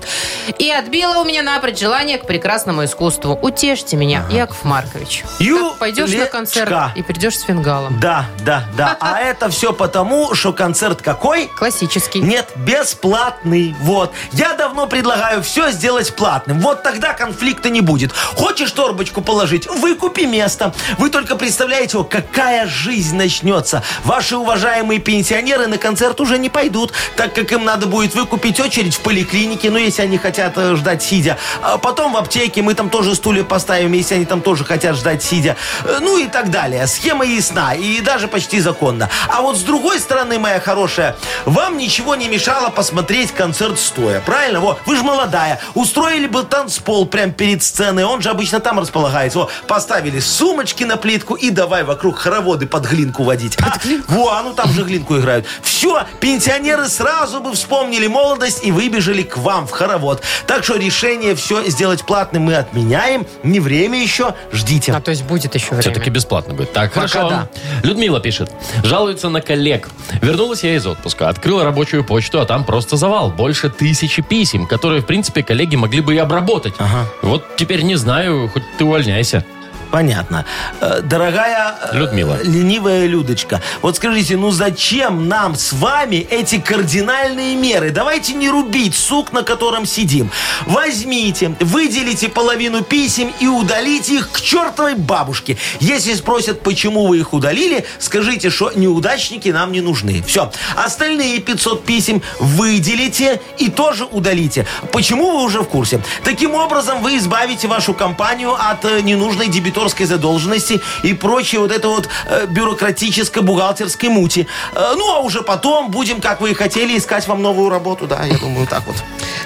Speaker 3: И отбила у меня напрочь желание к прекрасному искусству. Утешьте меня, Яков Маркович.
Speaker 4: Ю-
Speaker 3: Как пойдешь на концерт
Speaker 4: лечка.
Speaker 3: и придешь с фингалом.
Speaker 4: да, да, да. А это все потому, что концерт какой?
Speaker 3: Классический.
Speaker 4: Нет, бесплатный. Вот. Я давно предлагаю все сделать платным. Вот тогда конфликта не будет. Хочешь торбочку положить? Выкупи место. Вы только представляете, о, какая жизнь начнется. Ваши уважаемые пенсионеры на концерт уже не пойдут, так как им надо будет выкупить очередь в поликлинике, ну, если они хотят э, ждать сидя. А потом в аптеке мы там тоже стулья поставим, если они там тоже хотят ждать сидя. Э, Ну и так далее. Схема ясна и даже почти законна. А вот с другой стороны, моя хорошая, вам ничего не мешало посмотреть концерт стоя, правильно? Во, вы же молодая. Устроили бы танцпол прямо перед сценой, он же обычно там располагается. Во, поставили сумочки на плитку и давай вокруг хороводы под глинку водить. А, Во, а ну там же глинку играют. Все, пенсионеры сразу бы вспомнили молодость и выбежали к вам в хоровод. Так что решение все сделать платным мы отменяем. Не время еще, ждите.
Speaker 3: А то есть будет еще время.
Speaker 2: Все-таки бесплатно будет. Так,
Speaker 4: Пока
Speaker 2: хорошо.
Speaker 4: да.
Speaker 2: Людмила пишет. Жалуется на коллег. Вернулась я из отпуска. Открыла рабочую почту, а там просто завал. Больше тысячи писем, которые, в принципе, коллеги могли бы и обработать. Вот теперь не знаю, хоть ты увольняйся.
Speaker 4: Понятно. Э, Дорогая э,
Speaker 2: Людмила.
Speaker 4: ленивая Людочка, вот скажите, ну зачем нам с вами эти кардинальные меры? Давайте не рубить сук, на котором сидим. Возьмите, выделите половину писем и удалите их к чертовой бабушке. Если спросят, почему вы их удалили, скажите, что неудачники нам не нужны. Все. Остальные 500 писем выделите и тоже удалите. Почему вы уже в курсе? Таким образом, вы избавите вашу компанию от э, ненужной дебиторской задолженности и прочей вот этой вот э, бюрократическо-бухгалтерской мути. Э, ну, а уже потом будем, как вы и хотели, искать вам новую работу. Да, я думаю, так вот.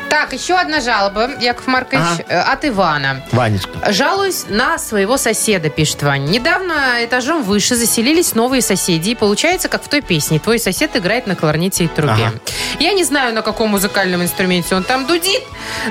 Speaker 3: Так, еще одна жалоба, Яков Маркович, э, от Ивана.
Speaker 4: Ванечка.
Speaker 3: Жалуюсь на своего соседа, пишет Ваня. Недавно этажом выше заселились новые соседи. И получается, как в той песне. Твой сосед играет на кларнете и трубе.
Speaker 4: Ага.
Speaker 3: Я не знаю, на каком музыкальном инструменте он там дудит,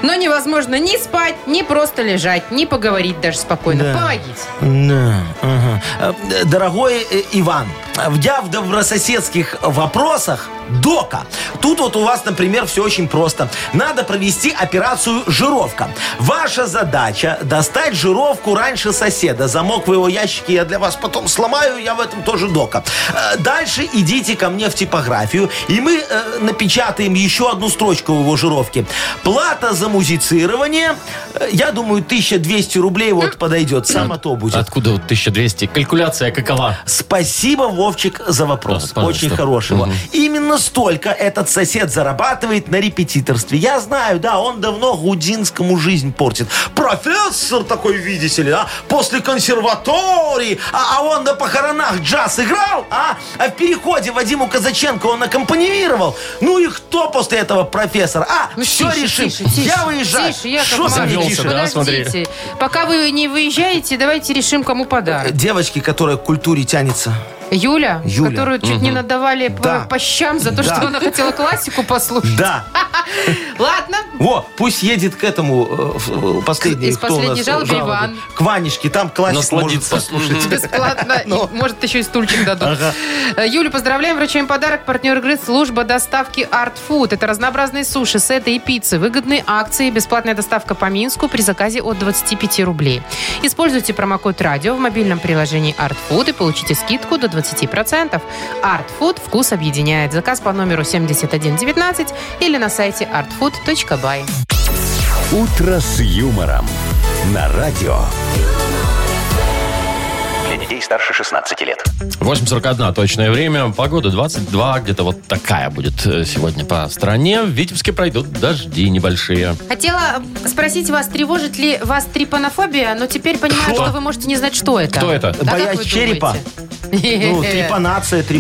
Speaker 3: но невозможно ни спать, ни просто лежать, ни поговорить даже спокойно.
Speaker 4: Да.
Speaker 3: Помогите.
Speaker 4: Да, ага. Э, э, Дорогой э, Иван, э, я в добрососедских вопросах дока. Тут вот у вас, например, все очень просто. Надо провести операцию «Жировка». Ваша задача – достать жировку раньше соседа. Замок в его ящике я для вас потом сломаю, я в этом тоже дока. Э, Дальше идите ко мне в типографию, и мы э, напечатаем еще одну строчку в его жировке. Плата за музицирование, э, я думаю, 1200 рублей вот подойдет. Сам то будет.
Speaker 2: Откуда вот 1200? Калькуляция какова?
Speaker 4: Спасибо, Вовчик, за
Speaker 2: Да,
Speaker 4: вопрос.
Speaker 2: пожалуйста.
Speaker 4: Очень хорошего. Именно столько этот сосед зарабатывает на репетиторстве. Я знаю, да, он давно Гудинскому жизнь портит. Профессор такой, видите ли, а? После консерватории. А, а он на похоронах джаз играл, а? А в переходе Вадиму Казаченко он аккомпанировал. Ну и кто после этого профессор? А,
Speaker 3: Ну,
Speaker 4: все
Speaker 3: тише,
Speaker 4: решим.
Speaker 3: тише, тише.
Speaker 4: Я выезжаю.
Speaker 3: Тише, Яков
Speaker 4: Что за
Speaker 3: Маркович,
Speaker 2: завелся,
Speaker 4: тише?
Speaker 2: да, смотри.
Speaker 3: подождите. Пока вы не выезжаете, давайте решим, кому подарок.
Speaker 4: Девочки, которая к культуре тянется.
Speaker 3: Юля,
Speaker 4: Юля.
Speaker 3: которую чуть не надавали по-
Speaker 4: Да.
Speaker 3: по, щам за то,
Speaker 4: Да.
Speaker 3: что она хотела классику послушать.
Speaker 4: Да,
Speaker 3: Ладно,
Speaker 4: Во, пусть едет к этому э, в- в- последний,
Speaker 3: Из
Speaker 4: кто
Speaker 3: последней
Speaker 4: у нас
Speaker 3: жалобы
Speaker 4: жалобы?
Speaker 3: Иван.
Speaker 4: К Ванечке, там классик может
Speaker 2: Насладиться.
Speaker 4: послушать.
Speaker 3: бесплатно. И, Может, еще и стульчик дадут. Э, Юлю поздравляем, вручаем подарок. Партнер игры служба доставки Art Food. Это разнообразные суши, сеты и пиццы. Выгодные акции, бесплатная доставка по Минску при заказе от 25 рублей. Используйте промокод радио в мобильном приложении Art Food и получите скидку до 20%. Art Food вкус объединяет. Заказ по номеру 7119 или на сайте artfood.by.
Speaker 1: «Утро с юмором» на радио.
Speaker 5: Для детей старше 16 лет.
Speaker 2: 8.41 точное время. Погода 22, где-то вот такая будет э, сегодня по стране. В Витебске пройдут дожди небольшие.
Speaker 3: Хотела спросить вас, тревожит ли вас трипанофобия, но теперь понимаю,
Speaker 2: Что?
Speaker 3: что вы можете не знать, что это.
Speaker 2: Кто это?
Speaker 3: А как
Speaker 4: Боязнь
Speaker 3: вы
Speaker 4: черепа?
Speaker 3: думаете?
Speaker 4: Ну, трепанация,
Speaker 3: Нет, это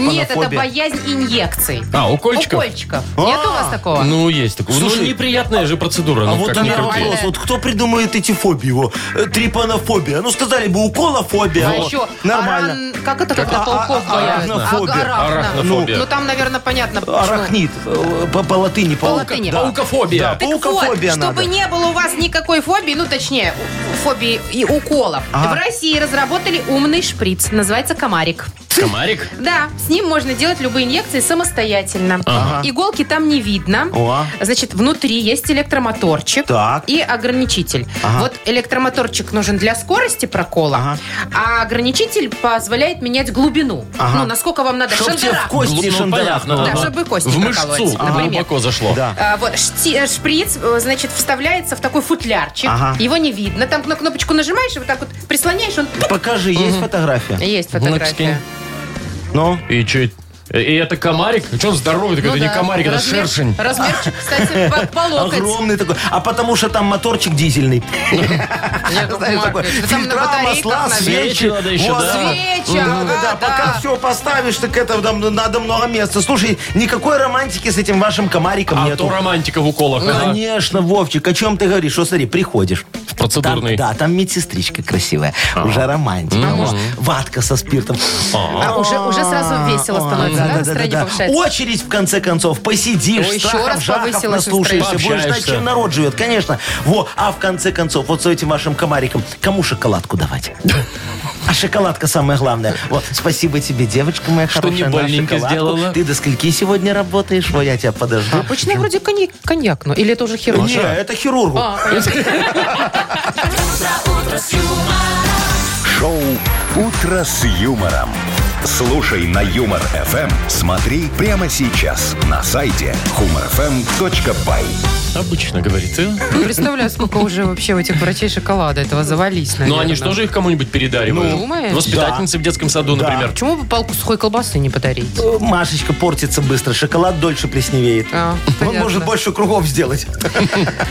Speaker 4: трепанофобия.
Speaker 3: боязнь инъекций.
Speaker 2: А, укольчиков?
Speaker 3: Укольчиков. Нет у вас
Speaker 4: А,
Speaker 3: такого?
Speaker 2: Ну, есть такое. ну,
Speaker 4: Слушай,
Speaker 2: неприятная же процедура. ну,
Speaker 4: А вот
Speaker 2: как ни
Speaker 4: она
Speaker 2: крути.
Speaker 4: вопрос, вот кто придумает эти фобии его? Э, Трипанофобия. Ну, сказали бы уколофобия.
Speaker 3: А
Speaker 4: вот.
Speaker 3: еще
Speaker 4: Нормально.
Speaker 3: Аран- Как это, когда
Speaker 4: А-
Speaker 3: пауков
Speaker 4: а- а-
Speaker 3: боятся?
Speaker 4: арахнофобия.
Speaker 3: Ага, арахно.
Speaker 2: Арахнофобия.
Speaker 3: Ну, там, наверное, понятно. почему.
Speaker 4: Арахнит. э, По, по латыни.
Speaker 3: По латыни.
Speaker 4: Да.
Speaker 2: Паукофобия.
Speaker 4: Да.
Speaker 3: Так
Speaker 4: Паукофобия
Speaker 3: вот, чтобы
Speaker 4: надо.
Speaker 3: не было у вас никакой фобии, ну, точнее, у- фобии и уколов, в
Speaker 4: Ага.
Speaker 3: России разработали умный шприц. Называется «Комарик».
Speaker 2: Комарик.
Speaker 3: Да, с ним можно делать любые инъекции самостоятельно.
Speaker 4: Ага.
Speaker 3: Иголки там не видно.
Speaker 4: О.
Speaker 3: Значит, внутри есть электромоторчик
Speaker 4: Так.
Speaker 3: и ограничитель.
Speaker 4: Ага.
Speaker 3: Вот электромоторчик нужен для скорости прокола, а ограничитель позволяет менять глубину.
Speaker 4: Ага.
Speaker 3: Ну, насколько вам надо
Speaker 4: Чтоб тебе в
Speaker 3: шандарахнуть.
Speaker 4: кости
Speaker 2: Глубоко, понятно,
Speaker 4: шандарахнуло.
Speaker 3: Да,
Speaker 2: ага.
Speaker 3: чтобы кости
Speaker 2: В
Speaker 3: проколоть,
Speaker 2: мышцу
Speaker 3: например.
Speaker 2: глубоко зашло.
Speaker 4: Да.
Speaker 3: А, Вот, шти- э, шприц, э, значит, вставляется в такой футлярчик.
Speaker 4: Ага.
Speaker 3: Его не видно. Там на кнопочку нажимаешь, и вот так вот прислоняешь, он...
Speaker 4: Покажи, есть фотография?
Speaker 3: Есть
Speaker 2: Ну-ка, скинь.
Speaker 3: фотография.
Speaker 4: Ну?
Speaker 2: И че И это комарик? Че он здоровый такой?
Speaker 3: Ну
Speaker 2: это не
Speaker 3: да.
Speaker 2: комарик, это
Speaker 3: Размер-
Speaker 2: шершень.
Speaker 3: Размерчик, кстати, по, по локоть.
Speaker 4: Огромный такой. А потому что там моторчик дизельный.
Speaker 3: Яков
Speaker 4: Знаешь, такой
Speaker 3: Маркович, да там на
Speaker 4: фильтра,
Speaker 3: батарейках,
Speaker 4: масла,
Speaker 3: наверное.
Speaker 4: свечи.
Speaker 2: Свечи надо еще,
Speaker 4: Вот,
Speaker 2: да.
Speaker 4: вот.
Speaker 3: Свечи,
Speaker 4: Да, да, да.
Speaker 3: ага,
Speaker 4: Пока
Speaker 3: да.
Speaker 4: все поставишь, так это там надо много места. Слушай, никакой романтики с этим вашим комариком
Speaker 2: А то
Speaker 4: нету.
Speaker 2: романтика в уколах. ага.
Speaker 4: Конечно, Вовчик, о чем ты говоришь? Вот смотри, приходишь.
Speaker 2: В
Speaker 4: Там,
Speaker 2: процедурный.
Speaker 4: да, там медсестричка красивая. Уже романтика. может, Ватка со спиртом.
Speaker 3: А уже, уже сразу весело становится, да? Настроение повышается.
Speaker 4: Очередь, в конце концов, посидишь,
Speaker 3: Ой, еще
Speaker 4: страхов,
Speaker 3: раз
Speaker 4: жарков
Speaker 3: повысилось
Speaker 2: настроение.
Speaker 4: наслушаешься, будешь знать,
Speaker 2: Пообщаешься.
Speaker 4: чем народ живет, конечно. Во, а в конце концов, вот с этим вашим комариком, кому шоколадку давать? А шоколадка самое главное. Вот, спасибо тебе, девочка моя
Speaker 2: Что
Speaker 4: хорошая,
Speaker 2: не
Speaker 4: на
Speaker 2: больненько
Speaker 4: шоколадку.
Speaker 2: сделала?
Speaker 4: Ты до скольки сегодня работаешь? Во, я тебя подожду.
Speaker 3: А, Обычно Ну, вроде коньяк, коньяк, ну, или это уже хирург?
Speaker 4: Не, это хирургу.
Speaker 3: А, понятно.
Speaker 1: Шоу «Утро с юмором». Слушай на Юмор ФМ. Смотри прямо сейчас на сайте humorfm.by.
Speaker 2: Обычно, говорит. э.
Speaker 3: Ну, представляю, сколько уже вообще у этих врачей шоколада этого завались, наверное.
Speaker 2: Ну, они же тоже их кому-нибудь передаривают.
Speaker 3: Ну, Думаешь?
Speaker 2: Воспитательницы в детском саду, например.
Speaker 3: Почему бы палку сухой колбасы не подарить?
Speaker 4: Э, Машечка портится быстро, шоколад дольше плесневеет.
Speaker 3: А,
Speaker 4: Он
Speaker 3: понятно.
Speaker 4: может больше кругов сделать.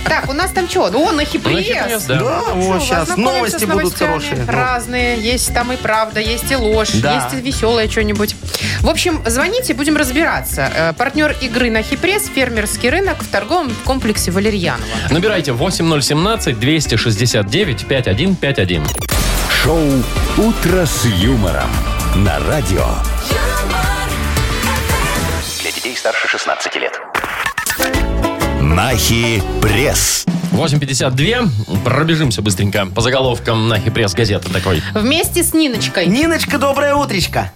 Speaker 3: Так, у нас там что? Ну, на Ну,
Speaker 2: Нахипрез,
Speaker 3: хипрез.
Speaker 2: да.
Speaker 4: Да, вот сейчас новости будут хорошие. Ну.
Speaker 3: Разные. Есть там и правда, есть и ложь,
Speaker 4: Да.
Speaker 3: есть и веселое что-нибудь. В общем, звоните, будем разбираться. Э, Партнер игры на Хипресс, фермерский рынок в торговом комплексе Валерьянова.
Speaker 2: Набирайте 8017-269-5151.
Speaker 1: Шоу «Утро с юмором» на радио.
Speaker 5: Для детей старше 16 лет.
Speaker 1: Нахи пресс.
Speaker 2: 8.52. Пробежимся быстренько по заголовкам на пресс газета такой.
Speaker 3: Вместе с Ниночкой.
Speaker 4: Ниночка, доброе утречко.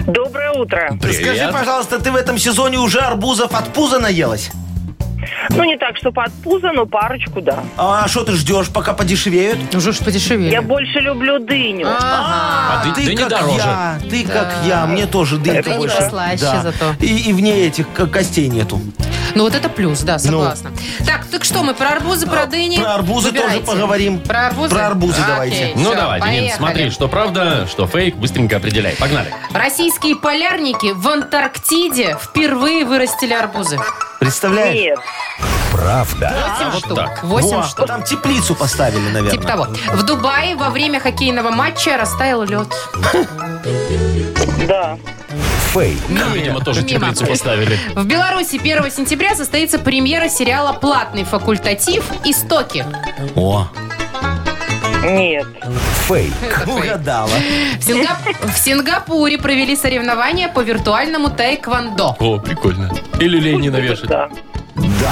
Speaker 6: Доброе утро.
Speaker 4: Скажи, пожалуйста, ты в этом сезоне уже арбузов от пуза наелась?
Speaker 6: Ну, не так, что под пузо, но парочку, да.
Speaker 4: А что ты ждешь, пока подешевеют?
Speaker 3: Уже ж подешевели.
Speaker 6: Я больше люблю дыню.
Speaker 2: А ты- да не
Speaker 4: как
Speaker 2: дороже.
Speaker 4: я, ты как я, мне тоже дынька
Speaker 3: Дынька
Speaker 4: больше.
Speaker 3: слаще зато.
Speaker 4: И, и в ней этих к- костей нету.
Speaker 3: Ну вот это плюс, да, согласна. Так, так что мы про арбузы, про дыни?
Speaker 4: Про арбузы
Speaker 3: Выбирайте.
Speaker 4: тоже поговорим.
Speaker 3: Про арбузы?
Speaker 4: Про арбузы
Speaker 3: Окей,
Speaker 4: давайте.
Speaker 2: Ну
Speaker 3: всё,
Speaker 2: давай, Денис,
Speaker 3: поехали.
Speaker 2: смотри, что правда, что фейк, быстренько определяй. Погнали.
Speaker 3: Российские полярники в Антарктиде впервые вырастили арбузы.
Speaker 4: Представляешь?
Speaker 6: Нет.
Speaker 1: Правда.
Speaker 3: 8
Speaker 2: вот
Speaker 3: штук.
Speaker 2: так.
Speaker 3: 8
Speaker 4: Во,
Speaker 3: штук.
Speaker 4: Там теплицу поставили, наверное.
Speaker 3: Типа того. В Дубае во время хоккейного матча растаял лед.
Speaker 6: Да.
Speaker 1: Фейк.
Speaker 3: Ну,
Speaker 2: Там, видимо, тоже
Speaker 3: Мимо.
Speaker 2: теплицу поставили.
Speaker 3: В Беларуси 1 сентября состоится премьера сериала «Платный факультатив. Истоки».
Speaker 4: О,
Speaker 6: Нет.
Speaker 1: Фейк.
Speaker 4: угадала.
Speaker 3: В, Сингап- в Сингапуре провели соревнования по виртуальному тайквандо.
Speaker 2: О, прикольно. Или лени навешать.
Speaker 6: Да.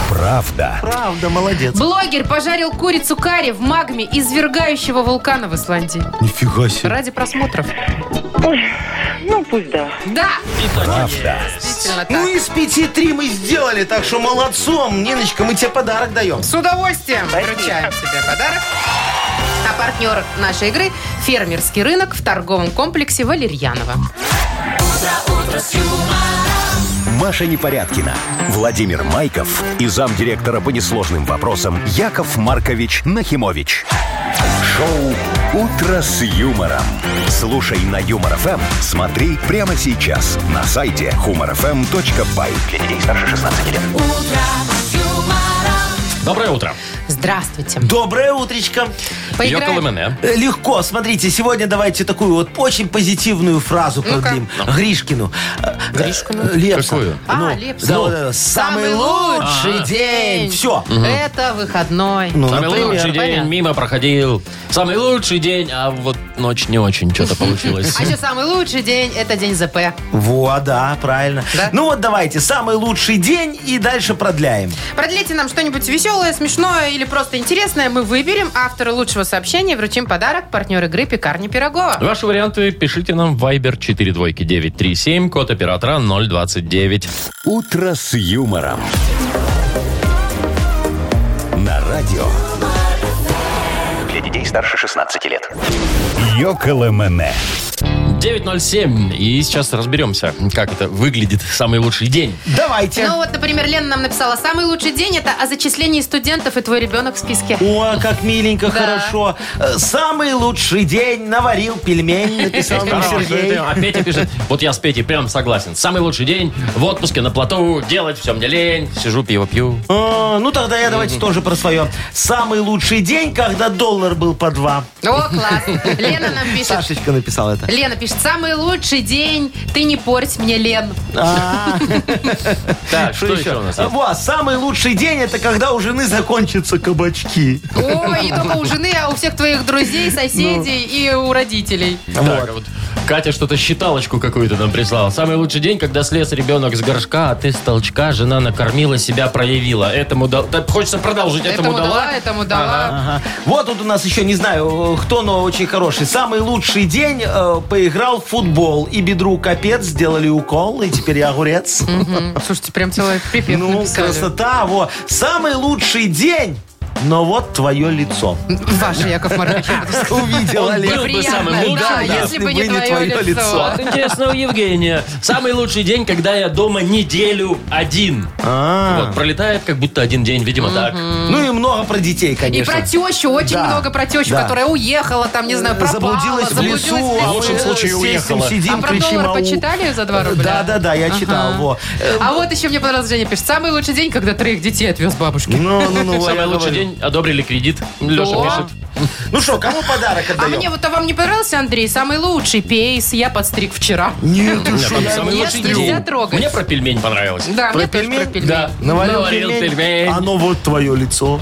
Speaker 1: Правда.
Speaker 4: Правда, молодец.
Speaker 3: Блогер пожарил курицу карри в магме извергающего вулкана в Исландии.
Speaker 4: Нифига себе.
Speaker 3: Ради просмотров.
Speaker 6: Ой, ну, пусть да.
Speaker 3: Да,
Speaker 1: Правда.
Speaker 3: действительно так.
Speaker 4: Ну из пяти три мы сделали, так что молодцом. Ниночка, мы тебе подарок даем.
Speaker 3: С удовольствием вручаем тебе подарок. А партнер нашей игры – фермерский рынок в торговом комплексе «Валерьянова».
Speaker 1: Маша Непорядкина, Владимир Майков и замдиректора по несложным вопросам Яков Маркович Нахимович. Шоу «Утро с юмором». Слушай на Юмор ФМ, смотри прямо сейчас на сайте humorfm.by.
Speaker 5: Для детей старше 16 лет.
Speaker 2: Доброе утро.
Speaker 3: Здравствуйте.
Speaker 4: Доброе утречко.
Speaker 3: Поиграем?
Speaker 2: Йоколэ Мэнэ.
Speaker 4: Э, Легко, смотрите, сегодня давайте такую вот очень позитивную фразу продлим. Гришкину. Э,
Speaker 3: Гришкину?
Speaker 4: э, Лепса.
Speaker 2: Какую?
Speaker 3: А,
Speaker 4: Ну,
Speaker 3: Лепса.
Speaker 4: да, вот, э, Самый лучший день. Все.
Speaker 3: Это выходной.
Speaker 4: Ну,
Speaker 2: Самый
Speaker 4: например.
Speaker 2: лучший день
Speaker 3: Понятно.
Speaker 2: мимо проходил. Самый лучший день, а вот ночь не очень что-то получилось.
Speaker 3: А еще самый лучший день – это день ЗП.
Speaker 4: Во, да, правильно.
Speaker 3: Да?
Speaker 4: Ну вот давайте, самый лучший день и дальше продляем.
Speaker 3: Продлите нам что-нибудь веселое, смешное или просто интересное. Мы выберем автора лучшего сообщения, вручим подарок партнер игры «Пекарни Пирогова».
Speaker 2: Ваши варианты пишите нам в Viber 42937, код оператора 029.
Speaker 1: «Утро с юмором». На радио
Speaker 5: Для детей старше 16 лет.
Speaker 1: «Йоколэмэне».
Speaker 2: 9.07. И сейчас разберемся, как это выглядит самый лучший день.
Speaker 4: Давайте.
Speaker 3: Ну вот, например, Лена нам написала, самый лучший день – это о зачислении студентов и твой ребенок в списке.
Speaker 4: О, как миленько, хорошо. Э, Самый лучший день наварил пельмень, написал нам
Speaker 2: Хороший
Speaker 4: Сергей.
Speaker 2: день. А Петя пишет, вот я с Петей прям согласен. Самый лучший день в отпуске, на плоту, делать все мне лень. Сижу, пиво пью.
Speaker 4: А, Ну тогда я давайте тоже про свое. Самый лучший день, когда доллар был по два.
Speaker 3: О, класс. Лена нам пишет.
Speaker 4: Сашечка написал это.
Speaker 3: Лена пишет, самый лучший день, ты не порть мне, Лен.
Speaker 4: А,
Speaker 2: Так,
Speaker 4: ну
Speaker 2: что еще у нас есть?
Speaker 4: Во, самый лучший день это когда у жены закончатся кабачки.
Speaker 3: Ой, не только у жены, а у всех твоих друзей, соседей и у родителей.
Speaker 2: Так, вот Катя что-то считалочку какую-то нам прислала. Самый лучший день, когда слез ребенок с горшка, а ты с толчка, жена накормила, себя проявила. Этому дал... Так хочется продолжить. Этому,
Speaker 3: Этому дала, этому дала.
Speaker 4: Ага. Вот тут у нас еще, не знаю, э, кто, но очень хороший. Самый лучший день э, поиграл в футбол. И бедру капец, сделали укол, и теперь я огурец.
Speaker 3: М, Слушайте, прям целый припев
Speaker 4: Ну,
Speaker 3: написали.
Speaker 4: красота, во. Самый лучший день, но вот твое лицо.
Speaker 3: Ваше, Яков Маркович.
Speaker 4: Увидел, Олег.
Speaker 2: был бы самым
Speaker 3: Неприятно,
Speaker 2: лучшим,
Speaker 3: да,
Speaker 2: да,
Speaker 3: если бы не твое лицо.
Speaker 2: Вот интересно у Евгения. Самый лучший день, когда я дома неделю один.
Speaker 4: А.
Speaker 2: Вот пролетает как будто один день, видимо, так.
Speaker 4: Ну и много про детей,
Speaker 3: И
Speaker 4: конечно.
Speaker 3: про тещу, очень
Speaker 4: Да,
Speaker 3: много про тещу,
Speaker 4: да.
Speaker 3: которая уехала, там, не знаю, пропала,
Speaker 4: заблудилась в лесу,
Speaker 3: заблудилась
Speaker 2: в лесу.
Speaker 4: а мы
Speaker 2: В лучшем случае
Speaker 4: сесть
Speaker 2: уехала.
Speaker 4: там
Speaker 3: А
Speaker 4: сидим,
Speaker 3: про
Speaker 4: кричим,
Speaker 3: доллар
Speaker 4: ау.
Speaker 3: почитали за два рубля?
Speaker 4: Да, да, да, я
Speaker 3: Ага.
Speaker 4: читал. Во. Э,
Speaker 3: А вот еще мне понравилось, Женя пишет, самый лучший день, когда троих детей отвез бабушки.
Speaker 4: Ну, ну, ну,
Speaker 2: Самый
Speaker 4: я
Speaker 2: лучший
Speaker 4: говорю.
Speaker 2: день одобрили кредит. Леша
Speaker 3: О.
Speaker 2: пишет.
Speaker 4: Ну что, кому подарок
Speaker 3: А
Speaker 4: отдаем?
Speaker 3: мне вот а вам не понравился, Андрей? Самый лучший пейс, я подстриг вчера.
Speaker 4: Нет, ты
Speaker 2: Нет,
Speaker 4: что,
Speaker 2: там
Speaker 4: я
Speaker 2: самый
Speaker 4: не
Speaker 2: лучший
Speaker 3: нельзя
Speaker 2: день.
Speaker 3: трогать.
Speaker 2: Мне про пельмень понравилось.
Speaker 3: Да,
Speaker 4: Про
Speaker 3: мне тоже про
Speaker 4: пельмень?
Speaker 3: пельмень.
Speaker 2: Да.
Speaker 4: Навалил,
Speaker 2: Навалил
Speaker 4: пельмень. А?
Speaker 2: пельмень.
Speaker 4: Оно вот твое лицо.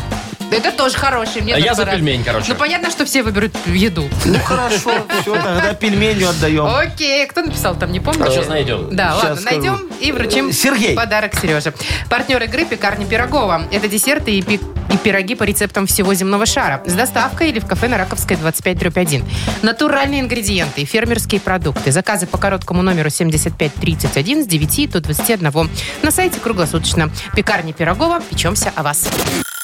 Speaker 3: Это тоже хороший, мне
Speaker 2: А
Speaker 3: тоже
Speaker 2: я за
Speaker 3: понравился.
Speaker 2: пельмень, короче.
Speaker 3: Ну, понятно, что все выберут еду.
Speaker 4: Ну хорошо, все, тогда пельменю отдаем.
Speaker 3: Окей, кто написал там, не помню.
Speaker 2: А щас найдем.
Speaker 3: Да,
Speaker 4: Щас
Speaker 3: ладно,
Speaker 4: скажу.
Speaker 3: найдем и вручим
Speaker 4: Сергей.
Speaker 3: подарок Сереже. Партнер игры «Пекарня Пирогова». Это десерты и, пи- и пироги по рецептам всего земного шара. С доставкой или в кафе на Раковской 25-1. Натуральные ингредиенты и фермерские продукты. Заказы по короткому номеру 7531 с 9 до 21. На сайте круглосуточно. «Пекарня Пирогова». Печемся о вас.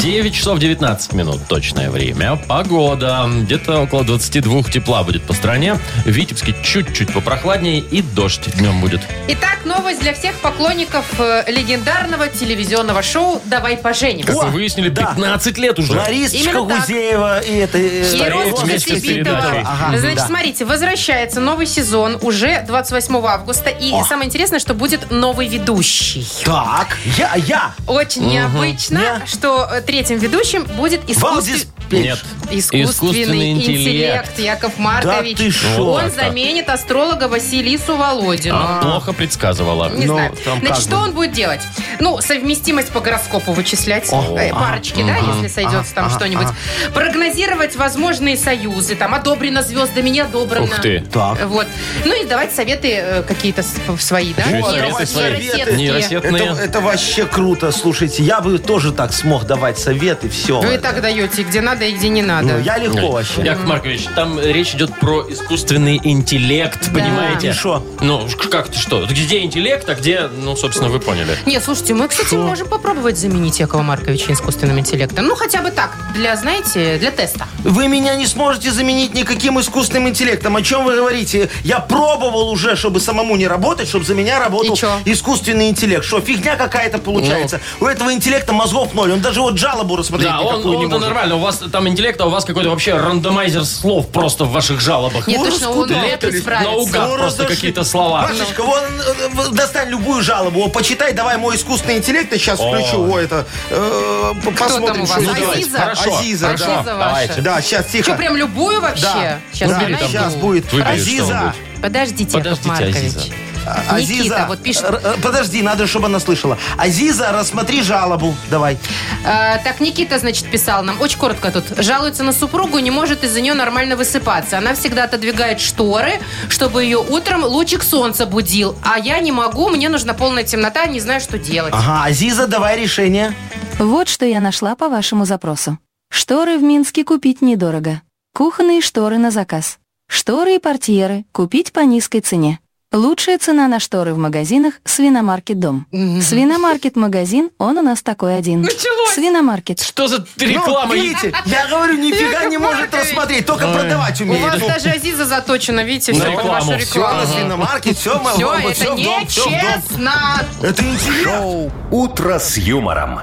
Speaker 2: 9 часов 19 минут точное время. Погода. Где-то около 22 тепла будет по стране. В Витебске чуть-чуть попрохладнее и дождь днем будет.
Speaker 3: Итак, новость для всех поклонников э, легендарного телевизионного шоу «Давай поженимся».
Speaker 2: Как
Speaker 4: О,
Speaker 2: вы выяснили,
Speaker 4: да.
Speaker 2: 15 лет уже.
Speaker 4: Ларисочка
Speaker 3: Именно так.
Speaker 4: Гузеева и это... э,
Speaker 3: И
Speaker 2: Стареет
Speaker 3: Роза
Speaker 2: вместе с
Speaker 3: Сибитова.
Speaker 2: передачей.
Speaker 4: Ага, ну
Speaker 3: Значит,
Speaker 4: да.
Speaker 3: смотрите, возвращается новый сезон уже 28 августа. И самое интересное, что будет новый ведущий.
Speaker 4: Так, я, я,
Speaker 3: Очень необычно,
Speaker 4: Я.
Speaker 3: что э, третьим ведущим будет искусстве-
Speaker 4: Валдис Пельш.
Speaker 2: Нет.
Speaker 3: искусственный,
Speaker 2: Искусственный интеллект.
Speaker 3: интеллект. Яков Маркович.
Speaker 4: Да ты шо?
Speaker 3: Он
Speaker 2: Вот так.
Speaker 3: заменит астролога Василису Володину.
Speaker 2: А, плохо предсказывала.
Speaker 3: Не
Speaker 4: Ну,
Speaker 3: знаю.
Speaker 4: там
Speaker 3: Значит,
Speaker 4: как
Speaker 3: что
Speaker 4: бы.
Speaker 3: он будет делать? Ну, совместимость по гороскопу вычислять.
Speaker 4: О,
Speaker 3: э,
Speaker 4: а,
Speaker 3: парочки, да, если сойдется там что-нибудь. Прогнозировать возможные союзы. Там одобрено звездами, не одобрено.
Speaker 2: Ух ты.
Speaker 4: Так.
Speaker 3: Вот. Ну и давать советы э, какие-то с- свои, да?
Speaker 2: Еще и
Speaker 4: Вот,
Speaker 2: советы
Speaker 4: давай
Speaker 2: свои.
Speaker 4: советы.
Speaker 3: Нейросетки.
Speaker 4: Это,
Speaker 2: Нейросетные.
Speaker 4: это вообще круто, слушайте. Я бы тоже так смог давать советы, все.
Speaker 3: Вы и так даете, где надо и где не надо.
Speaker 4: Ну, я легко вообще.
Speaker 2: Яков Маркович, там речь идет про искусственный интеллект, понимаете?
Speaker 4: Ты шо?
Speaker 2: Ну, ш- как ты что? Где интеллект, а где, ну, собственно, вы поняли.
Speaker 3: Не, слушайте, мы, кстати, можем попробовать заменить Якова Марковича искусственным интеллектом. Ну, хотя бы так, для, знаете, для теста.
Speaker 4: Вы меня не сможете заменить никаким искусственным интеллектом. О чем вы говорите? Я пробовал уже, чтобы самому не работать, чтобы за меня работал
Speaker 3: И чё?
Speaker 4: искусственный интеллект. Что, фигня какая-то получается? У этого интеллекта мозгов ноль. Он даже вот жалобу рассмотреть
Speaker 2: Да, он,
Speaker 4: никакую не
Speaker 2: он-то
Speaker 4: может.
Speaker 2: нормально. У вас там интеллект, а у вас какой-то вообще рандомайзер слов просто в ваших жалобах.
Speaker 3: Нет, точно, он вряд ли
Speaker 2: Лепит
Speaker 3: справится.
Speaker 2: наугад просто
Speaker 4: разошли.
Speaker 2: какие-то слова.
Speaker 4: Ну, Машечка, вон, э, в- достань любую жалобу, о, почитай, давай мой искусственный интеллект, я сейчас включу, о, это, э, п-
Speaker 3: там у
Speaker 4: посмотрим,
Speaker 3: вас?
Speaker 4: что это.
Speaker 3: Азиза?
Speaker 4: Азиза,
Speaker 2: Хорошо,
Speaker 4: Азиза,
Speaker 3: хорошо.
Speaker 4: да.
Speaker 3: Азиза ваша.
Speaker 2: давайте.
Speaker 4: Да, сейчас, тихо.
Speaker 3: Что, Ну, прям любую вообще?
Speaker 4: Да,
Speaker 3: Сейчас,
Speaker 4: да,
Speaker 3: она
Speaker 4: сейчас
Speaker 3: и-
Speaker 4: будет.
Speaker 2: Выбери
Speaker 4: Азиза,
Speaker 2: что-нибудь.
Speaker 3: Подождите, Яков
Speaker 2: Подождите,
Speaker 3: Маркович.
Speaker 2: Азиза.
Speaker 4: А- Азиза,
Speaker 3: Никита, вот пишет,
Speaker 4: р- э, подожди, надо, чтобы она слышала. Азиза, рассмотри жалобу, давай.
Speaker 3: А, так, Никита, значит, писал нам. Очень коротко тут. Жалуется на супругу, не может из-за нее нормально высыпаться. Она всегда отодвигает шторы, чтобы ее утром лучик солнца будил. А я не могу, мне нужна полная темнота, не знаю, что делать.
Speaker 4: Ага, Азиза, давай решение.
Speaker 8: Вот что я нашла по вашему запросу. Шторы в Минске купить недорого. Кухонные шторы на заказ. Шторы и портьеры купить по низкой цене. Лучшая цена на шторы в магазинах «Свиномаркет Дом». «Свиномаркет-магазин», он у нас такой один.
Speaker 3: Началось.
Speaker 8: «Свиномаркет».
Speaker 2: Что за
Speaker 4: Ну,
Speaker 2: реклама?
Speaker 4: видите, я говорю, нифига не
Speaker 3: Яков
Speaker 4: может
Speaker 3: Маркович.
Speaker 4: рассмотреть, только
Speaker 2: Ой.
Speaker 4: продавать
Speaker 3: У
Speaker 4: умеет.
Speaker 3: вас даже Азиза заточена, видите,
Speaker 2: На
Speaker 3: все под
Speaker 2: рекламу. Всё,
Speaker 3: вашу
Speaker 4: Все
Speaker 3: рекламу.
Speaker 4: на свиномаркет, все,
Speaker 3: Все, это
Speaker 4: все, в дом, все в дом.
Speaker 3: нечестно.
Speaker 4: Это интересно.
Speaker 1: Шоу «Утро с юмором».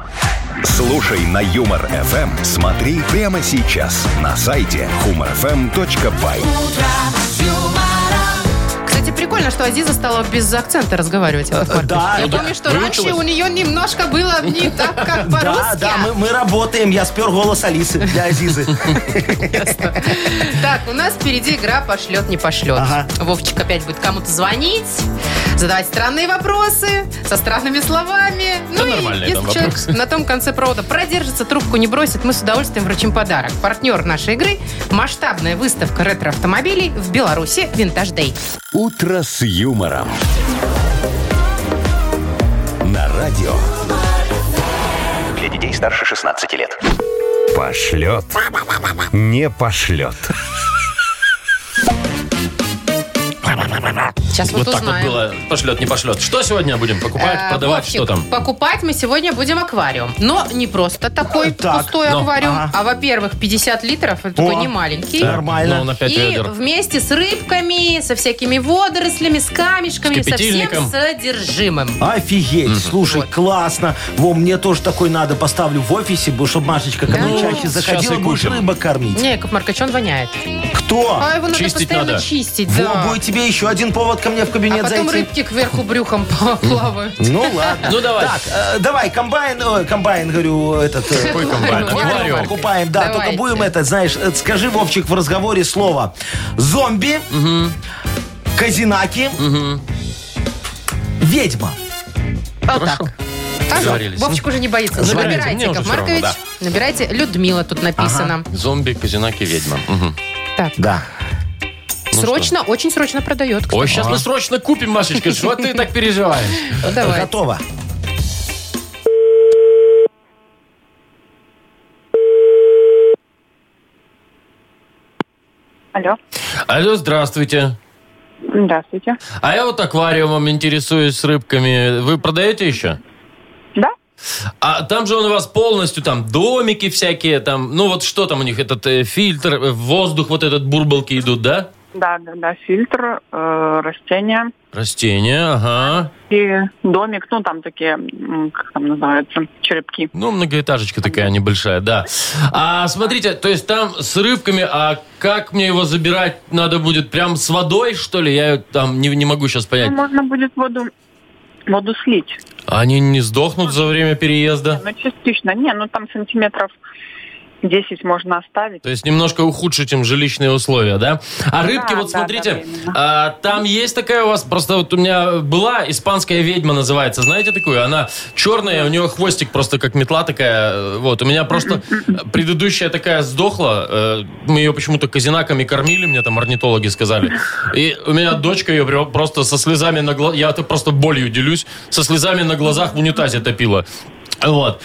Speaker 1: Слушай на Юмор ФМ. Смотри прямо сейчас на сайте humorfm.by.
Speaker 3: Кстати, прикольно, что Азиза стала без акцента разговаривать. Яков Маркович.
Speaker 4: да,
Speaker 3: Я
Speaker 4: А, да.
Speaker 3: помню, что раньше у нее немножко было не так, как
Speaker 4: Да,
Speaker 3: по-русски.
Speaker 4: да, мы, мы работаем. Я спер голос Алисы для Азизы.
Speaker 3: Так, у нас впереди игра пошлет, не пошлет.
Speaker 4: Ага.
Speaker 3: Вовчик опять будет кому-то звонить, задавать странные вопросы со странными словами. ну
Speaker 2: нормальные
Speaker 3: и если
Speaker 2: там
Speaker 3: человек
Speaker 2: вопросы.
Speaker 3: на том конце провода продержится, трубку не бросит, мы с удовольствием вручим подарок. Партнер нашей игры – масштабная выставка ретро-автомобилей в Беларуси «Винтаж Дэй».
Speaker 1: «Утро с юмором». На радио
Speaker 5: Для детей старше 16 лет.
Speaker 9: Пошлет. Не пошлет.
Speaker 3: Сейчас
Speaker 2: Вот
Speaker 3: вот,
Speaker 2: так вот
Speaker 3: узнаем.
Speaker 2: было. Пошлет, не пошлет. Что сегодня будем покупать,
Speaker 3: Э,
Speaker 2: продавать,
Speaker 3: Вовчик,
Speaker 2: что там?
Speaker 3: Покупать мы сегодня будем аквариум. Но не просто такой
Speaker 4: Так,
Speaker 3: пустой
Speaker 2: ну,
Speaker 3: аквариум,
Speaker 4: ага.
Speaker 3: а, во-первых, 50 литров, это такой
Speaker 4: О,
Speaker 3: не маленький.
Speaker 4: так. Нормально.
Speaker 2: Ну, на 5
Speaker 3: и
Speaker 2: ведер.
Speaker 3: вместе с рыбками, со всякими водорослями, с камешками,
Speaker 2: С
Speaker 3: со всем
Speaker 2: кипятильником.
Speaker 3: содержимым.
Speaker 4: Офигеть, слушай,
Speaker 3: Вот.
Speaker 4: классно. Во, мне тоже такой надо. Поставлю в офисе, чтобы Машечка ко мне
Speaker 3: Да.
Speaker 4: чаще заходила,
Speaker 2: Ну, и
Speaker 4: будешь
Speaker 2: купим.
Speaker 4: рыбок кормить.
Speaker 3: Не, Яков Маркович, он воняет.
Speaker 4: Кто?
Speaker 3: А его надо
Speaker 2: чистить
Speaker 3: постоянно
Speaker 2: надо.
Speaker 3: чистить,
Speaker 4: Во,
Speaker 3: да.
Speaker 4: будет тебе еще один повод ко мне в
Speaker 3: а
Speaker 4: кабинет
Speaker 3: потом
Speaker 4: зайти.
Speaker 3: рыбки кверху брюхом плавают.
Speaker 4: Ну ладно.
Speaker 2: Ну, давай.
Speaker 4: Так, э, давай, комбайн, ой, комбайн, говорю, этот... э,
Speaker 2: Какой комбайн?
Speaker 3: Аквариум.
Speaker 2: Аквариум.
Speaker 3: Аквариум.
Speaker 4: Покупаем, да,
Speaker 3: Давайте.
Speaker 4: только будем это, знаешь, э, скажи, Вовчик, в разговоре слово зомби, казинаки, ведьма.
Speaker 3: Вот так. А,
Speaker 2: Договорились.
Speaker 3: Вовчик уже не боится. Ну,
Speaker 2: Звоните,
Speaker 3: Набирайте,
Speaker 2: мне уже
Speaker 3: Яков
Speaker 2: всё равно,
Speaker 3: Маркович.
Speaker 2: да.
Speaker 3: Набирайте. Людмила тут написано.
Speaker 2: Зомби, казинаки, ведьма. Мгм.
Speaker 3: Так,
Speaker 4: Да. Ну
Speaker 3: срочно, очень срочно продает.
Speaker 2: Ой, сейчас мы срочно купим, Машечка. Что ты так переживаешь?
Speaker 3: Ну, Давай.
Speaker 4: Готово.
Speaker 6: Алло.
Speaker 2: Алло, здравствуйте.
Speaker 6: Здравствуйте.
Speaker 2: А я вот аквариумом интересуюсь с рыбками. Вы продаете еще?
Speaker 6: Да?
Speaker 2: А там же он у вас полностью, там домики всякие, там, ну вот что там у них, этот э, фильтр, э, воздух, вот этот бурбалки идут, да?
Speaker 6: Да, да, да. Фильтр, э, растения
Speaker 2: Растения, ага.
Speaker 6: и домик. Ну, там такие, м, как там называются, черепки.
Speaker 2: Ну, многоэтажечка такая небольшая, да. А смотрите, то есть там с рыбками, а как мне его забирать надо будет? Прям с водой, что ли? Я там не, не могу сейчас
Speaker 6: Ну,
Speaker 2: понять.
Speaker 6: можно будет воду, воду слить.
Speaker 2: Они не сдохнут за время переезда?
Speaker 6: Ну, частично. Не, ну там сантиметров 10 можно оставить.
Speaker 2: То есть немножко ухудшить им жилищные условия, да? А рыбки,
Speaker 6: Да,
Speaker 2: вот
Speaker 6: да, да,
Speaker 2: смотрите,
Speaker 6: именно.
Speaker 2: а, там есть такая у вас, просто вот у меня была испанская ведьма называется, знаете такую? Она черная, у нее хвостик просто как метла такая, э, вот. У меня просто э, предыдущая такая сдохла, э, мы ее почему-то казинаками кормили, мне там орнитологи сказали. И у меня дочка ее прям просто со слезами на глазах, я это просто болью делюсь, со слезами на глазах в унитазе топила. Вот.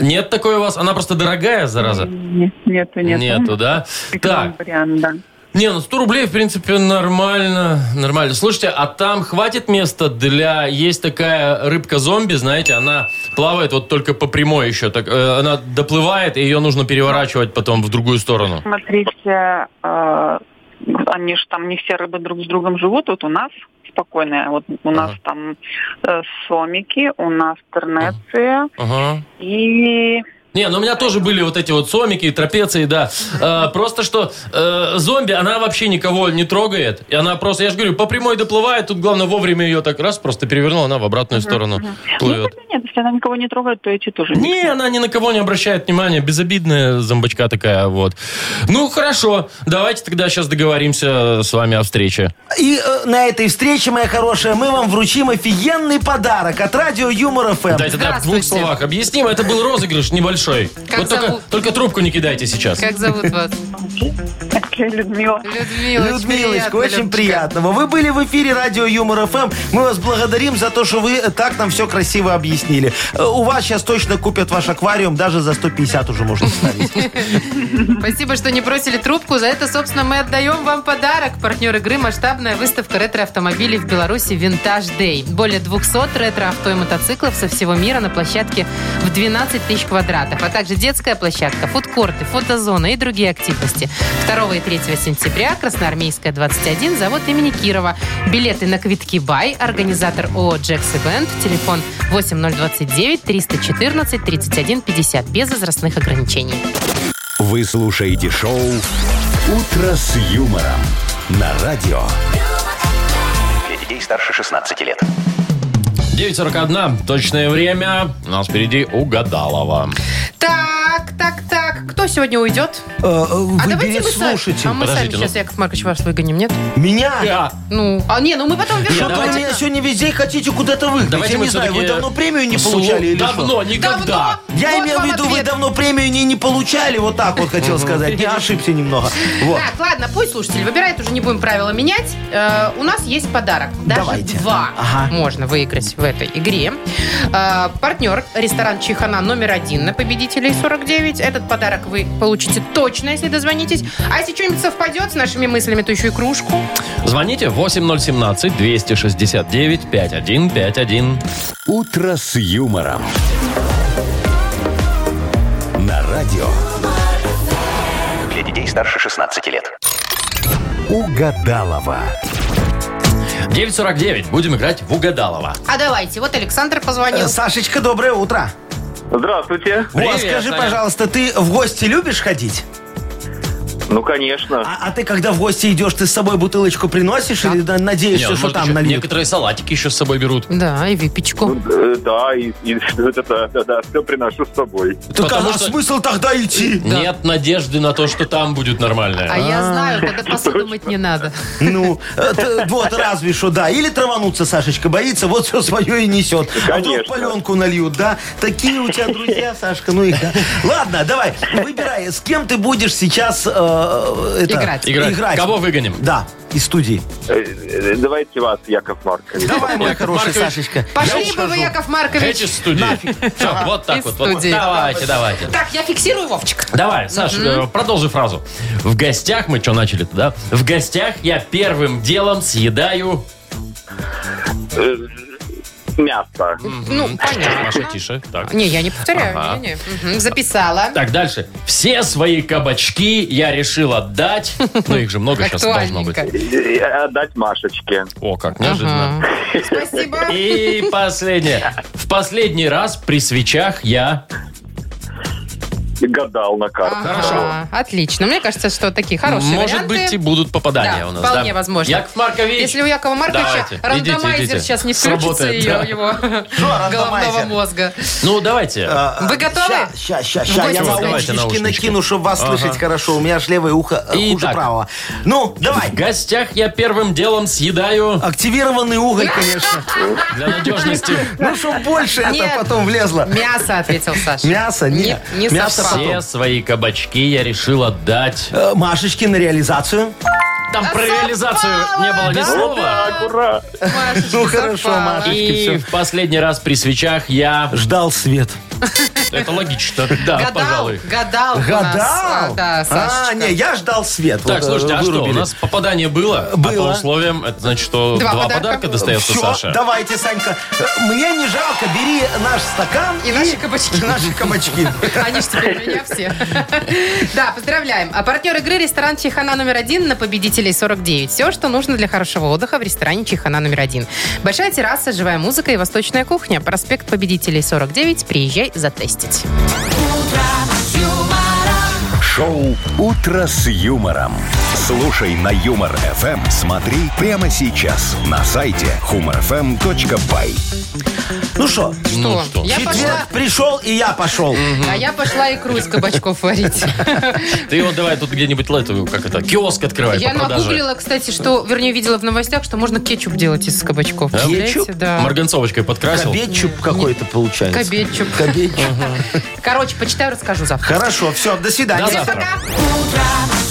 Speaker 2: Нет такой у вас? Она просто дорогая, зараза?
Speaker 6: Нет, нету, нету.
Speaker 2: Нету, да?
Speaker 6: Прекрасный
Speaker 2: Так,
Speaker 6: вариант, да.
Speaker 2: не, ну 100 рублей, в принципе, нормально, нормально. Слушайте, а там хватит места для... Есть такая рыбка-зомби, знаете, она плавает вот только по прямой еще. Так, э, она доплывает, и ее нужно переворачивать потом в другую сторону.
Speaker 6: Смотрите, э, они же там не все рыбы друг с другом живут. Вот у нас спокойная, вот у нас
Speaker 2: Ага.
Speaker 6: там э, сомики, у нас тернеция
Speaker 2: Ага.
Speaker 6: и
Speaker 2: Не, ну у меня тоже были вот эти вот сомики, трапеции, да. Э, просто что э, зомби, она вообще никого не трогает. И она просто, я же говорю, по прямой доплывает, тут главное вовремя ее так раз просто перевернула, она в обратную сторону
Speaker 6: Ну,
Speaker 2: плывет.
Speaker 6: тогда нет, если она никого не трогает, то эти тоже не.
Speaker 2: Не, она ни на кого не обращает внимания. Безобидная зомбачка такая, вот. Ну, хорошо. Давайте тогда сейчас договоримся с вами о встрече.
Speaker 4: И э, на этой встрече, моя хорошая, мы вам вручим офигенный подарок от радио Юмор Эм. ФМ.
Speaker 2: Давайте да, в двух
Speaker 3: Здравствуйте.
Speaker 2: словах объясним. Это был розыгрыш небольшой.
Speaker 3: Как
Speaker 2: вот только,
Speaker 3: зовут?
Speaker 2: только трубку не кидайте сейчас.
Speaker 3: Как зовут вас?
Speaker 6: Так, я Людмила.
Speaker 3: Людмила.
Speaker 4: Людмилочка, очень
Speaker 3: Людочка.
Speaker 4: приятного. Вы были в эфире радио Юмор ФМ. Мы вас благодарим за то, что вы э, так нам все красиво объяснили. Э, У вас сейчас точно купят ваш аквариум, даже за 150 уже можно ставить.
Speaker 3: А
Speaker 4: Э,
Speaker 3: Спасибо, что не бросили трубку. За это, собственно, мы отдаем вам подарок. Партнер игры – масштабная выставка ретро-автомобилей в Беларуси «Винтаж Дэй». Более 200 ретро-авто и мотоциклов со всего мира на площадке в 12 тысяч квадратов, а также детская площадка, фудкорты, фотозона и другие активности. 2 и 3 сентября Красноармейская, 21, завод имени Кирова. Билеты на квитки «Бай», организатор ООО «Джекс Ивент», телефон 8029 314 31 50, без возрастных ограничений.
Speaker 1: Вы слушаете шоу «Утро с юмором» на радио.
Speaker 5: Для детей старше 16 лет.
Speaker 2: 9.41, точное время. У нас впереди угадалова.
Speaker 3: Так, так, так. Кто сегодня уйдет?
Speaker 4: э,
Speaker 3: а
Speaker 4: Выбери
Speaker 3: давайте мы сами-
Speaker 4: слушатель.
Speaker 3: А мы сами
Speaker 2: Подождите, ну.
Speaker 3: сейчас, Яков Маркович, вас выгоним, нет?
Speaker 2: Э,
Speaker 4: Меня?
Speaker 3: Ну, а не, ну мы потом вернем.
Speaker 4: Что-то вы меня сегодня везде хотите куда-то выгнать.
Speaker 2: Давайте
Speaker 4: Я
Speaker 2: мы
Speaker 4: не знаю, вы
Speaker 2: всё-таки э,
Speaker 4: давно премию не
Speaker 2: Слу-
Speaker 4: получали или что?
Speaker 2: Давно, никогда.
Speaker 4: Я
Speaker 3: Вот
Speaker 4: имел в
Speaker 3: вам
Speaker 4: виду, вы
Speaker 3: ответ.
Speaker 4: давно премию не, не получали, вот так вот хотел сказать. Не ошибся немного. Вот.
Speaker 3: Так, ладно, пусть слушатель выбирает, уже не будем правила менять. Э, у нас есть подарок. Даже
Speaker 4: Давайте.
Speaker 3: два
Speaker 4: Ага.
Speaker 3: можно выиграть в этой игре. Э, партнер, ресторан Чихана номер один на победителей 49. Этот подарок вы получите точно, если дозвонитесь. А если что-нибудь совпадет с нашими мыслями, то еще и кружку.
Speaker 2: Звоните 8017-269-5151.
Speaker 1: «Утро с юмором». На радио
Speaker 5: Для детей старше 16 лет.
Speaker 1: «Угадалова».
Speaker 2: 9.49. Будем играть в угадалова.
Speaker 3: А давайте, вот Александр
Speaker 4: Э,
Speaker 3: позвонил.
Speaker 4: Сашечка, доброе утро.
Speaker 7: Здравствуйте.
Speaker 4: Во,
Speaker 2: Привет,
Speaker 4: скажи,
Speaker 2: Саня.
Speaker 4: пожалуйста, ты в гости любишь ходить?
Speaker 7: Ну, конечно.
Speaker 4: А, а ты, когда в гости идешь, ты с собой бутылочку приносишь или на- надеешься,
Speaker 2: Не, ну,
Speaker 4: что
Speaker 2: может,
Speaker 4: там
Speaker 2: еще
Speaker 4: нальют?
Speaker 2: некоторые салатики еще с собой берут.
Speaker 3: Да, и
Speaker 2: Ну,
Speaker 3: выпечку.
Speaker 7: Э, Да, и, и вот это, да, да, все приношу с собой.
Speaker 4: Так
Speaker 2: Потому
Speaker 4: а
Speaker 2: что- Э,
Speaker 4: смысл тогда идти?
Speaker 2: Нет надежды на то, что там будет нормальное.
Speaker 3: А я знаю, когда посуду мыть не надо.
Speaker 4: Ну, это вот разве что, да. Или травануться, Сашечка, боится, вот все свое и несет. А вдруг
Speaker 7: Конечно.
Speaker 4: паленку нальют, да? Такие у тебя друзья, Сашка, ну их, да. Ладно, давай, выбирай, с кем ты будешь сейчас э, это,
Speaker 3: Играть.
Speaker 2: Играть. Кого выгоним?
Speaker 4: Да, из студии.
Speaker 7: Э, э, Давайте вас, Яков Маркович.
Speaker 4: Давай, мой
Speaker 2: Яков
Speaker 4: хороший
Speaker 2: Маркович.
Speaker 4: Сашечка.
Speaker 3: Пошли бы вы, Яков Маркович.
Speaker 2: Эти студии. Всё, вот так
Speaker 3: Из
Speaker 2: вот. вот.
Speaker 3: студии.
Speaker 2: Давайте, давайте.
Speaker 3: Так, я фиксирую, Вовчик.
Speaker 2: Давай, Саш, э, продолжи фразу. В гостях, мы что начали-то, да? В гостях я первым делом съедаю...
Speaker 7: Э, Мясо.
Speaker 3: Ну, понятно.
Speaker 2: Маша, тише. Так.
Speaker 3: Не, я не повторяю.
Speaker 2: Ага.
Speaker 3: не, не. Мгм, Записала.
Speaker 2: Так, дальше. Все свои кабачки я решил отдать. Ну, их же много сейчас должно быть.
Speaker 3: Актуальненько.
Speaker 7: Э, Отдать Машечке.
Speaker 2: О, как неожиданно.
Speaker 3: Спасибо.
Speaker 2: И последнее. В последний раз при свечах я...
Speaker 7: Гадал на карту.
Speaker 3: Ага, Отлично. Мне кажется, что такие хорошие
Speaker 2: Может
Speaker 3: варианты.
Speaker 2: быть, и будут попадания
Speaker 3: Да,
Speaker 2: у нас.
Speaker 3: вполне возможно.
Speaker 2: Яков Маркович.
Speaker 3: Если у Якова Марковича
Speaker 2: Давайте,
Speaker 3: рандомайзер
Speaker 2: идите, идите.
Speaker 3: сейчас не включится
Speaker 2: Сработает,
Speaker 3: ее,
Speaker 2: да.
Speaker 3: его головного
Speaker 4: рандомайзер?
Speaker 3: мозга.
Speaker 2: Ну, давайте.
Speaker 4: А.
Speaker 3: Вы готовы?
Speaker 4: Сейчас, сейчас,
Speaker 3: Ну,
Speaker 4: сейчас. Я
Speaker 3: давайте
Speaker 2: наушнички.
Speaker 4: наушнички накину, чтобы вас слышать хорошо. У меня аж левое ухо э,
Speaker 2: И
Speaker 4: хуже
Speaker 2: так.
Speaker 4: правого. Ну, давай.
Speaker 2: В гостях я первым делом съедаю
Speaker 4: Активированный уголь, конечно.
Speaker 2: для надежности
Speaker 4: Ну, чтоб больше
Speaker 3: Нет.
Speaker 4: это потом влезло.
Speaker 3: Мясо, ответил Саша.
Speaker 4: Мясо? Нет.
Speaker 3: Не, не
Speaker 4: Мясо
Speaker 3: совпало.
Speaker 2: все свои кабачки я решил отдать.
Speaker 4: Э, Машечки на реализацию.
Speaker 2: Там про реализацию не было ни слова.
Speaker 7: Так, ура!
Speaker 3: Машечка,
Speaker 4: Ну, хорошо,
Speaker 3: совпало.
Speaker 4: Маша.
Speaker 2: И в последний раз при свечах я...
Speaker 4: Ждал свет.
Speaker 2: Это логично. Да,
Speaker 3: Гадал,
Speaker 2: пожалуй.
Speaker 3: гадал. у нас, а,
Speaker 4: Гадал?
Speaker 3: Да, Сашечка.
Speaker 4: А, не, я ждал свет.
Speaker 2: Так,
Speaker 4: Вот, э,
Speaker 2: слушайте, а что, у
Speaker 4: вырубили.
Speaker 2: нас попадание было? А по
Speaker 4: Было.
Speaker 2: условиям, это значит, что два,
Speaker 3: Два
Speaker 2: подарка.
Speaker 3: подарка.
Speaker 2: достается
Speaker 4: Всё,
Speaker 2: Саше.
Speaker 4: давайте, Санька. Э, Мне не жалко, бери наш стакан
Speaker 3: И наши кабачки.
Speaker 4: и наши кабачки.
Speaker 3: Они ж теперь у меня все. Да, поздравляем. А партнер игры ресторан Чехана номер один на победителей 49. Все, что нужно для хорошего отдыха в ресторане Чехана номер один. Большая терраса, живая музыка и восточная кухня. Проспект победителей 49. Приезжайте. рублей затестить.
Speaker 1: Шоу «Утро с юмором». Слушай на Юмор ФМ. Смотри прямо сейчас на сайте humorfm.by.
Speaker 4: Ну что,
Speaker 2: Ну что?
Speaker 3: Я пошла,
Speaker 4: четверг пришел, и я пошел.
Speaker 3: а я пошла икру из кабачков варить.
Speaker 2: Ты вот давай тут где-нибудь, эту, как это, киоск открывай
Speaker 3: Я
Speaker 2: по продаже.
Speaker 3: нагуглила, кстати, что, вернее, видела в новостях, что можно кетчуп делать из кабачков. Представляете?
Speaker 4: Кетчуп?
Speaker 3: Да.
Speaker 2: Марганцовочкой подкрасил.
Speaker 4: Кабетчуп какой-то получается.
Speaker 3: Кабетчуп.
Speaker 4: Кабетчуп.
Speaker 3: Короче, почитаю, расскажу завтра.
Speaker 4: Хорошо, все, до
Speaker 2: До
Speaker 4: свидания.
Speaker 2: завтра.
Speaker 3: Пока.